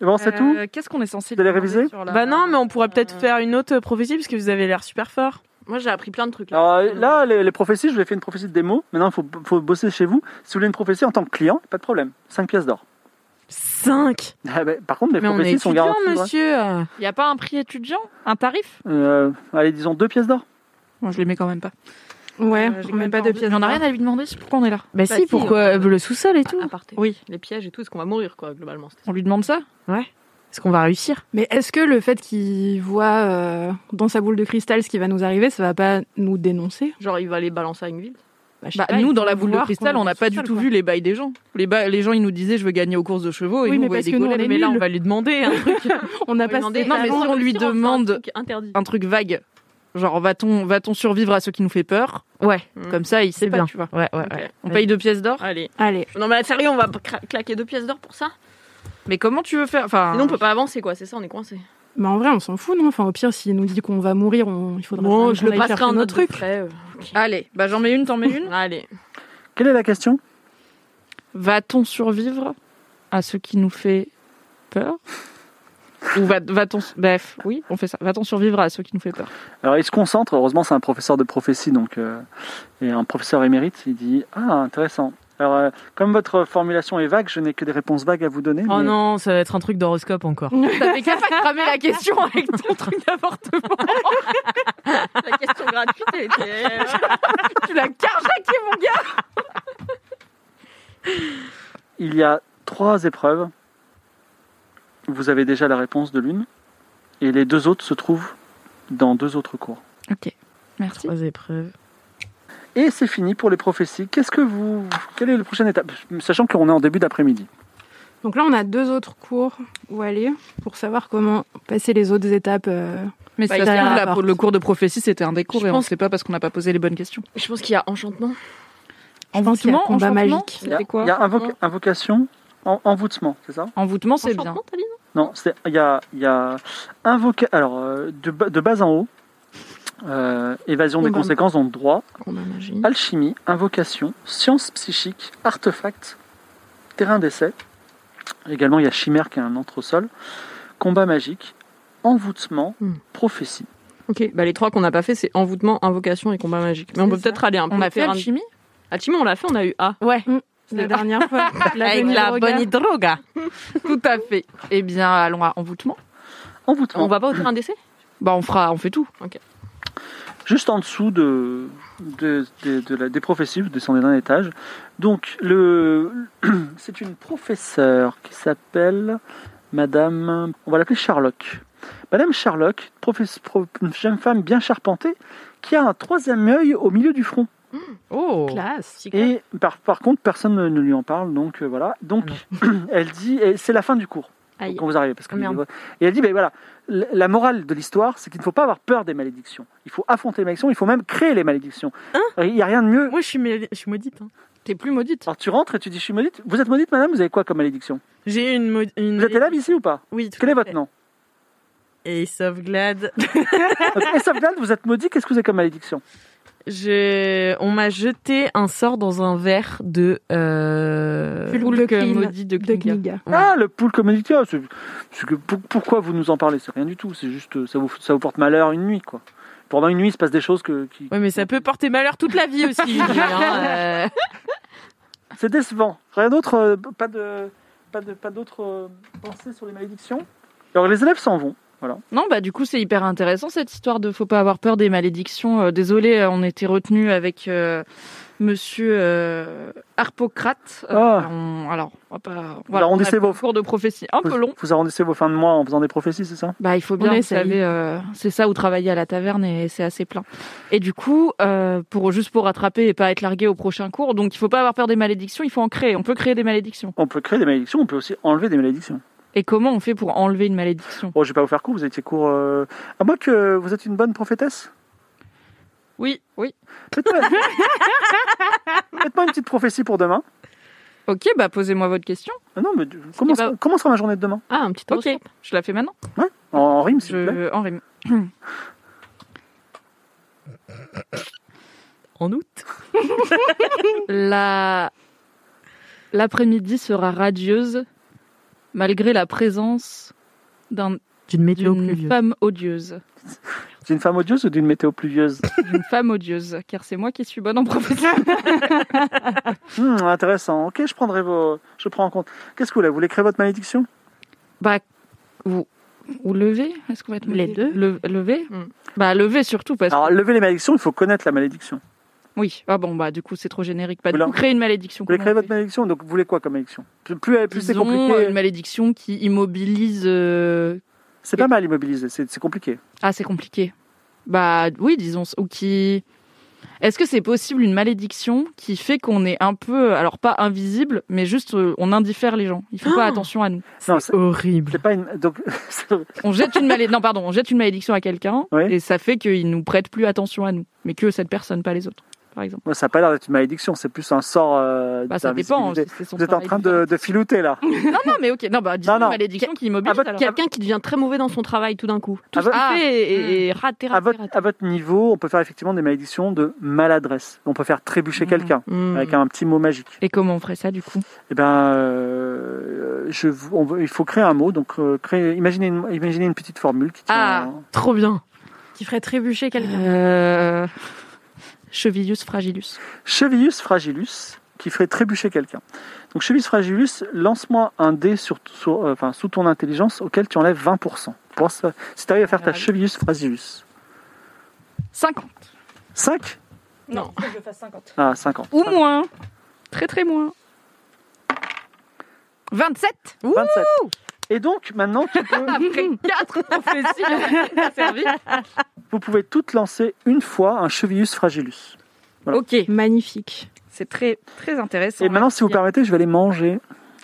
Speaker 4: Bon, c'est tout
Speaker 6: Euh, Qu'est-ce qu'on est censé
Speaker 4: Vous allez
Speaker 6: demander
Speaker 4: réviser
Speaker 6: sur la-
Speaker 5: Bah non, mais on pourrait peut-être faire une autre prophétie parce que vous avez l'air super fort.
Speaker 3: Moi, j'ai appris plein de trucs.
Speaker 4: Alors euh, là, les, les prophéties, je vous ai fait une prophétie de démo. Maintenant, il faut, faut bosser chez vous. Si vous voulez une prophétie en tant que client, pas de problème. 5 pièces d'or.
Speaker 5: 5
Speaker 4: Ah, bah, par contre, les
Speaker 5: Mais on est
Speaker 4: prophéties sont
Speaker 5: étudiant,
Speaker 4: garanties. ouais.
Speaker 5: monsieur euh.
Speaker 6: Il n'y a pas un prix étudiant Un tarif
Speaker 4: Euh, allez, disons 2 pièces d'or.
Speaker 6: Moi, je les mets quand même pas. Euh,
Speaker 7: Ouais,
Speaker 5: j'ai
Speaker 7: on met
Speaker 5: même
Speaker 7: pas
Speaker 5: pas
Speaker 7: de
Speaker 5: envie.
Speaker 7: pièces.
Speaker 6: J'en ai rien à lui demander, c'est pourquoi on est là.
Speaker 5: Bah,
Speaker 3: Bah
Speaker 5: si,
Speaker 3: si,
Speaker 5: pourquoi euh, le sous-sol et tout
Speaker 3: À part
Speaker 5: Oui.
Speaker 3: les pièges et tout, est-ce qu'on va mourir, quoi, globalement c'était ça.
Speaker 6: On lui demande ça
Speaker 5: Est-ce qu'on va réussir
Speaker 7: Mais est-ce que le fait qu'il voit euh, dans sa boule de cristal ce qui va nous arriver, ça va pas nous dénoncer
Speaker 3: Genre, il va les balancer à une ville.
Speaker 7: je sais
Speaker 6: Bah,
Speaker 7: pas, il
Speaker 6: nous,
Speaker 7: faut
Speaker 6: dans la boule de
Speaker 7: voir
Speaker 6: cristal,
Speaker 7: qu'on est
Speaker 6: on n'a pas du
Speaker 7: social,
Speaker 6: tout
Speaker 7: quoi.
Speaker 6: vu les bails des gens. Les, bails- les gens, ils nous disaient je veux gagner aux courses de chevaux et
Speaker 7: Oui,
Speaker 6: nous,
Speaker 7: mais
Speaker 6: on voyait
Speaker 7: parce
Speaker 6: des
Speaker 7: que nous, on
Speaker 6: golems.
Speaker 7: est
Speaker 6: mais là, on
Speaker 7: nuls.
Speaker 6: va lui demander un truc,
Speaker 7: On n'a pas
Speaker 6: demander- Non, mais si on lui
Speaker 3: fait un
Speaker 6: demande-
Speaker 3: truc Interdit.
Speaker 6: un truc vague. Genre, va-t-on va survivre à ce qui nous fait peur
Speaker 5: Ouais,
Speaker 3: Mm.
Speaker 6: Comme ça, il sait
Speaker 5: c'est
Speaker 6: pas,
Speaker 5: bien.
Speaker 6: tu vois.
Speaker 5: Ouais, ouais,
Speaker 3: Ok.
Speaker 5: ouais.
Speaker 6: On paye deux pièces d'or.
Speaker 3: Allez.
Speaker 7: Allez,
Speaker 3: Non, mais sérieux, on va cra- claquer deux pièces d'or pour ça
Speaker 6: Mais comment tu veux faire Enfin,
Speaker 3: Sinon, on peut pas avancer, quoi. C'est ça, on est coincé.
Speaker 7: mais en vrai, on s'en fout, non Enfin, au pire, s'il nous dit qu'on va mourir, on... il faudra.
Speaker 3: Bon,
Speaker 7: qu'on
Speaker 3: je le
Speaker 7: aille
Speaker 3: passerai
Speaker 7: chercher
Speaker 3: un
Speaker 7: nos
Speaker 3: autre
Speaker 7: trucs.
Speaker 3: truc. Après, euh,
Speaker 6: allez, bah j'en mets une, t'en mets une.
Speaker 3: Allez.
Speaker 4: Quelle est la question
Speaker 6: Va-t-on survivre à ce qui nous fait peur Ou va- va-t-on... Bref, oui, on fait ça. Va-t-on survivre à ce qui nous fait peur
Speaker 4: Alors, il se concentre. Heureusement, c'est un professeur de prophétie, donc euh, et un professeur émérite. Il dit Ah, intéressant. Alors, euh, comme votre formulation est vague, je n'ai que des réponses vagues à vous donner.
Speaker 5: Oh
Speaker 4: mais-
Speaker 5: non, ça va être un truc d'horoscope encore.
Speaker 4: Mm.
Speaker 6: T'avais qu'à pas cramer la question avec ton truc d'avortement.
Speaker 3: La question gratuite, elle était.
Speaker 6: Tu l'as carjaqué, mon gars
Speaker 4: Il y a trois épreuves. Vous avez déjà la réponse de l'une. Et les deux autres se trouvent dans deux autres cours.
Speaker 6: Merci.
Speaker 5: Trois épreuves.
Speaker 4: Et c'est fini pour les prophéties. Qu'est-ce que vous. Quelle est la prochaine étape Sachant qu'on est en début d'après-midi.
Speaker 7: Donc là, on a deux autres cours où aller pour savoir comment passer les autres étapes euh,
Speaker 6: Mais
Speaker 3: Bah,
Speaker 6: ça
Speaker 3: il
Speaker 6: se
Speaker 3: y a
Speaker 6: trouve,
Speaker 3: un
Speaker 6: la-
Speaker 3: appart.
Speaker 6: le cours de prophétie, c'était un des cours
Speaker 3: Je
Speaker 6: et on ne
Speaker 3: pense-
Speaker 6: sait pas parce qu'on n'a pas posé les bonnes questions.
Speaker 3: Je pense qu'il y a enchantement.
Speaker 7: pense qu'il y a
Speaker 6: Envoûtement,
Speaker 7: combat
Speaker 6: enchantement,
Speaker 7: magique.
Speaker 4: Il y a,
Speaker 6: c'était quoi
Speaker 4: il y a invoca- invocation, en- envoûtement, c'est ça
Speaker 6: Envoûtement, c'est bien.
Speaker 3: Enchantement, t'as dit, non
Speaker 4: Non, c'est- il y a, il y a invoca- alors, euh, de, ba- de bas en haut, euh, évasion des
Speaker 3: Combat.
Speaker 4: conséquences, donc droit,
Speaker 3: Combat magique.
Speaker 4: alchimie, invocation, sciences psychiques, artefacts, terrain d'essai. Également, il y a chimère qui est un entresol, combat magique, envoûtement,
Speaker 3: Hmm.
Speaker 4: prophétie.
Speaker 3: Ok, bah les trois qu'on n'a pas fait, c'est envoûtement, invocation et combat magique. Mais on peut
Speaker 6: C'est
Speaker 3: peut-être aller un peu
Speaker 6: On a fait
Speaker 3: faire un-
Speaker 6: alchimie
Speaker 3: Alchimie, on l'a fait, on a eu A.
Speaker 6: Ouais.
Speaker 7: La dernière fois.
Speaker 6: Avec
Speaker 7: bonne
Speaker 6: la
Speaker 7: drogue.
Speaker 6: bonne droga. Tout à fait. Eh bien, allons à envoûtement.
Speaker 4: Envoûtement.
Speaker 3: On va pas au terrain d'essai
Speaker 6: Bah, on fera, on fait tout.
Speaker 4: juste en dessous de, de- de- de la- des prophéties, vous descendez d'un étage. Donc, le, c'est une professeure qui s'appelle Madame, on va l'appeler Charlotte. Madame Charlotte, professe- pro- une jeune femme bien charpentée, qui a un troisième œil au milieu du front.
Speaker 6: Oh
Speaker 7: Classe. Euh,
Speaker 4: Et par, par contre, personne ne lui en parle, donc euh, voilà. Donc, elle dit, et c'est la fin du cours
Speaker 3: Aïe.
Speaker 4: quand vous arrivez. Parce que
Speaker 6: Ah, merde.
Speaker 4: Et elle dit, ben voilà, la la morale de l'histoire, c'est qu'il ne faut pas avoir peur des malédictions. Il faut affronter les malédictions, il faut même créer les malédictions.
Speaker 5: Hein
Speaker 4: Euh, Il n'y a rien de mieux.
Speaker 5: Moi, je suis, mêlée- je suis maudite. hein.
Speaker 6: T'es plus maudite.
Speaker 4: Alors tu rentres et tu dis, je suis maudite. Vous êtes maudite, madame, vous avez quoi comme malédiction
Speaker 5: J'ai une, maud- une.
Speaker 4: Vous êtes élève ici ou pas
Speaker 5: Oui, tout
Speaker 4: Quel est
Speaker 5: à
Speaker 4: votre
Speaker 5: fait.
Speaker 4: nom
Speaker 5: Et sauveglade.
Speaker 4: Euh, Et sauf que là, vous êtes maudite, qu'est-ce que vous avez comme malédiction
Speaker 5: Je... On m'a jeté un sort dans un verre de. Euh...
Speaker 7: Fulgre de Kling.
Speaker 5: maudit de
Speaker 7: De
Speaker 5: Klinga.
Speaker 7: Kniga.
Speaker 5: Ouais.
Speaker 4: Ah, le pool communicateur c'est- c'est que pour- Pourquoi vous nous en parlez C'est rien du tout. C'est juste, euh, ça vous, ça vous porte malheur une nuit, quoi. Pendant une nuit, il se passe des choses que, qui...
Speaker 5: Ouais, mais ça peut porter malheur toute la vie aussi. Julie, hein, euh.
Speaker 4: C'est décevant. Rien d'autre, euh, pas de, pas de, pas d'autres euh, pensées sur les malédictions. Alors les élèves s'en vont.
Speaker 6: Non, bah, du coup, c'est hyper intéressant cette histoire de faut pas avoir peur des malédictions. Euh, désolé, euh, on était retenu avec euh, monsieur euh, Harpocrate. Euh,
Speaker 4: Ah.
Speaker 6: on- alors, on va pas.
Speaker 4: arrondissez
Speaker 6: on a fait
Speaker 4: vos-
Speaker 6: un cours de prophétie un
Speaker 4: Vous-
Speaker 6: peu long.
Speaker 4: Vous arrondissez vos fins de mois en faisant des prophéties, c'est ça
Speaker 6: Bah, il faut
Speaker 5: On
Speaker 6: bien, vous
Speaker 5: essaye.
Speaker 6: savez, euh, c'est ça où travailler à la taverne et c'est assez plein. Et du coup, euh, pour juste pour rattraper et pas être largué au prochain cours, donc il faut pas avoir peur des malédictions, il faut en créer. On peut créer des malédictions.
Speaker 4: On peut créer des malédictions, on peut aussi enlever des malédictions.
Speaker 6: Et comment on fait pour enlever une malédiction
Speaker 4: Bon, je vais pas vous faire court, vous étiez court. euh, À moins que vous êtes une bonne prophétesse
Speaker 6: Oui, oui.
Speaker 4: Faites-moi Faites-moi une petite prophétie pour demain.
Speaker 6: Ok, bah posez-moi votre question.
Speaker 4: Ah Non, mais comment,
Speaker 6: pas-
Speaker 4: comment sera ma journée de demain
Speaker 3: Ah, un petit
Speaker 6: Ok,
Speaker 3: horoscope.
Speaker 6: je la fais maintenant.
Speaker 4: en, en rime, s'il vous plaît.
Speaker 6: Je en rime.
Speaker 5: en août.
Speaker 6: La l'après-midi sera radieuse malgré la présence d'un-
Speaker 5: D'une météo
Speaker 6: d'une
Speaker 5: pluvieuse.
Speaker 6: femme odieuse.
Speaker 4: D'une femme odieuse ou d'une météo pluvieuse
Speaker 6: D'une femme odieuse, car c'est moi qui suis bonne en prophétie.
Speaker 4: Hmm, Intéressant. Ok, je prendrai vos. Je prends en compte. Qu'est-ce que vous voulez Vous voulez créer votre malédiction
Speaker 6: Bah, ou, ou lever Est-ce qu'on va être
Speaker 7: Les
Speaker 6: levé-
Speaker 7: deux.
Speaker 6: le- lever
Speaker 3: Mm.
Speaker 6: Bah, lever surtout, parce que.
Speaker 4: Alors, lever les malédictions, il faut connaître la malédiction. Vous
Speaker 6: Oui, ah bon, bah, du coup, c'est trop générique. Bah, du
Speaker 4: Oula.
Speaker 6: coup, créer une malédiction.
Speaker 4: voulez
Speaker 6: comment
Speaker 4: créer
Speaker 6: on
Speaker 4: votre
Speaker 6: fait
Speaker 4: malédiction Donc, vous voulez quoi comme malédiction Plus, plus, plus c'est
Speaker 6: Disons,
Speaker 4: compliqué.
Speaker 6: Une malédiction qui immobilise. euh,
Speaker 4: C'est pas mal immobilisé, c'est c'est compliqué.
Speaker 6: Ah, c'est compliqué. Bah, oui, disons. Ou qui. Est-ce que c'est possible une malédiction qui fait qu'on est un peu, alors pas invisible, mais juste euh, on indiffère les gens Ils font
Speaker 4: Ah
Speaker 6: pas attention à nous.
Speaker 4: Non, c'est
Speaker 5: Horrible.
Speaker 4: c'est pas une. Donc, c'est-
Speaker 6: On jette une malédiction. Non, pardon, on jette une malédiction à quelqu'un
Speaker 4: Oui.
Speaker 6: et ça fait qu'ils nous prêtent plus attention à nous, mais que cette personne, pas les autres, par exemple.
Speaker 4: Moi, ça n'a pas l'air d'être une malédiction, c'est plus un sort. euh,
Speaker 6: Bah, ça dépend.
Speaker 4: d'invisibilité.
Speaker 6: c'est son
Speaker 4: Vous êtes en
Speaker 6: travail
Speaker 4: train
Speaker 6: différent.
Speaker 4: de, de filouter là.
Speaker 6: Non, non, mais ok. Non, bah, disons
Speaker 4: Non, non.
Speaker 6: une malédiction qui immobilise.
Speaker 4: Ah, bah,
Speaker 6: alors. Ah,
Speaker 3: Quelqu'un qui devient très mauvais dans son travail tout d'un coup. Tout
Speaker 4: À
Speaker 3: ce qu'il
Speaker 6: votre-
Speaker 3: fait est, est raté,
Speaker 4: À
Speaker 3: raté,
Speaker 4: votre,
Speaker 3: raté.
Speaker 4: à votre niveau, on peut faire effectivement des malédictions de maladresse. On peut faire trébucher
Speaker 6: Mhm.
Speaker 4: quelqu'un
Speaker 3: Hmm.
Speaker 4: avec un petit mot magique.
Speaker 6: Et comment on ferait ça du coup
Speaker 4: Eh ben, euh, je, vous- on veut- il faut créer un mot. Donc, euh, créer, imaginez, une, imaginez une petite formule qui tient.
Speaker 6: Ah.
Speaker 5: Trop bien.
Speaker 7: Qui ferait trébucher quelqu'un.
Speaker 6: euh... Chevillus fragilus.
Speaker 4: Chevillus fragilus qui ferait trébucher quelqu'un. Donc, Chevillus fragilus, lance-moi un dé sur, sur- euh, enfin, sous ton intelligence auquel tu enlèves 20%. Pour voir ça- si tu arrives à faire ta Chevillus fragilus.
Speaker 6: 50
Speaker 4: 5
Speaker 3: Non.
Speaker 5: je fasse 50.
Speaker 4: Ah, 50.
Speaker 6: ou moins. Très très moins.
Speaker 5: 27
Speaker 4: 27. Et donc, maintenant, tu peux-
Speaker 6: Après 4
Speaker 3: Hmm.
Speaker 6: prophéties, ça a servi.
Speaker 4: vous pouvez toutes lancer une fois un Chevillus fragilus. Voilà.
Speaker 6: Ok,
Speaker 7: Magnifique.
Speaker 6: c'est très très intéressant.
Speaker 4: Et maintenant, Ah. si vous permettez, je vais aller manger.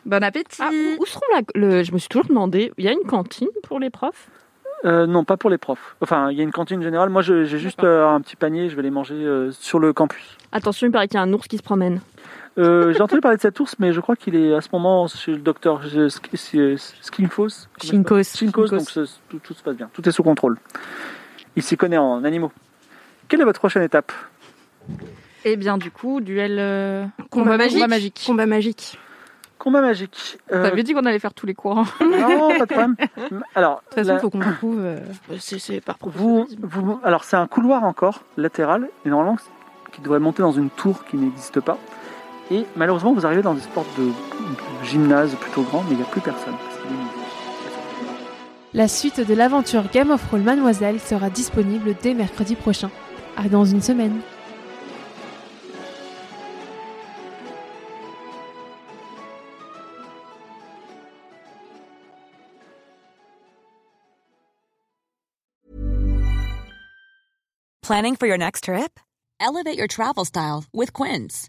Speaker 6: Bon appétit.
Speaker 3: Ah, où- où seront la... le... Je me suis toujours demandé, il y a une cantine pour les profs
Speaker 4: Euh, non, pas pour les profs. Enfin, il y a une cantine générale. Moi, je- j'ai juste euh, un petit panier, je vais les manger euh, sur le campus.
Speaker 3: Attention, il paraît qu'il y a un ours qui se promène.
Speaker 4: Euh, j'ai entendu parler de cet ours, mais je crois qu'il est à ce moment chez le docteur je- Sk- c'est- Skinkos.
Speaker 5: Shinkos.
Speaker 4: Shinkos, donc ce- tout, tout se passe bien. Tout est sous contrôle. Il s'y connaît en animaux. Quelle est votre prochaine étape
Speaker 6: Eh
Speaker 11: Et bien, du coup, duel. euh,
Speaker 7: Combat magique.
Speaker 11: Combat magique.
Speaker 7: Combat magique.
Speaker 4: Combat magique. Euh,
Speaker 11: T'avais dit qu'on allait faire tous les cours. hein.
Speaker 4: Non, pas de problème. Alors,
Speaker 7: De toute façon,
Speaker 4: la-
Speaker 7: il faut qu'on trouve. euh,
Speaker 11: C'est c'est par
Speaker 4: vous, vous- alors c'est un couloir encore latéral, et normalement qui devrait monter dans une tour qui n'existe pas. Et malheureusement, vous arrivez dans des sortes de, de gymnase plutôt grand, mais il n'y a plus personne. parce qu'il est midi.
Speaker 1: La suite de l'aventure Game of Roll Mademoiselle sera disponible dès mercredi prochain. À dans une semaine.
Speaker 6: Planning for your next trip? Elevate your travel style with Quince.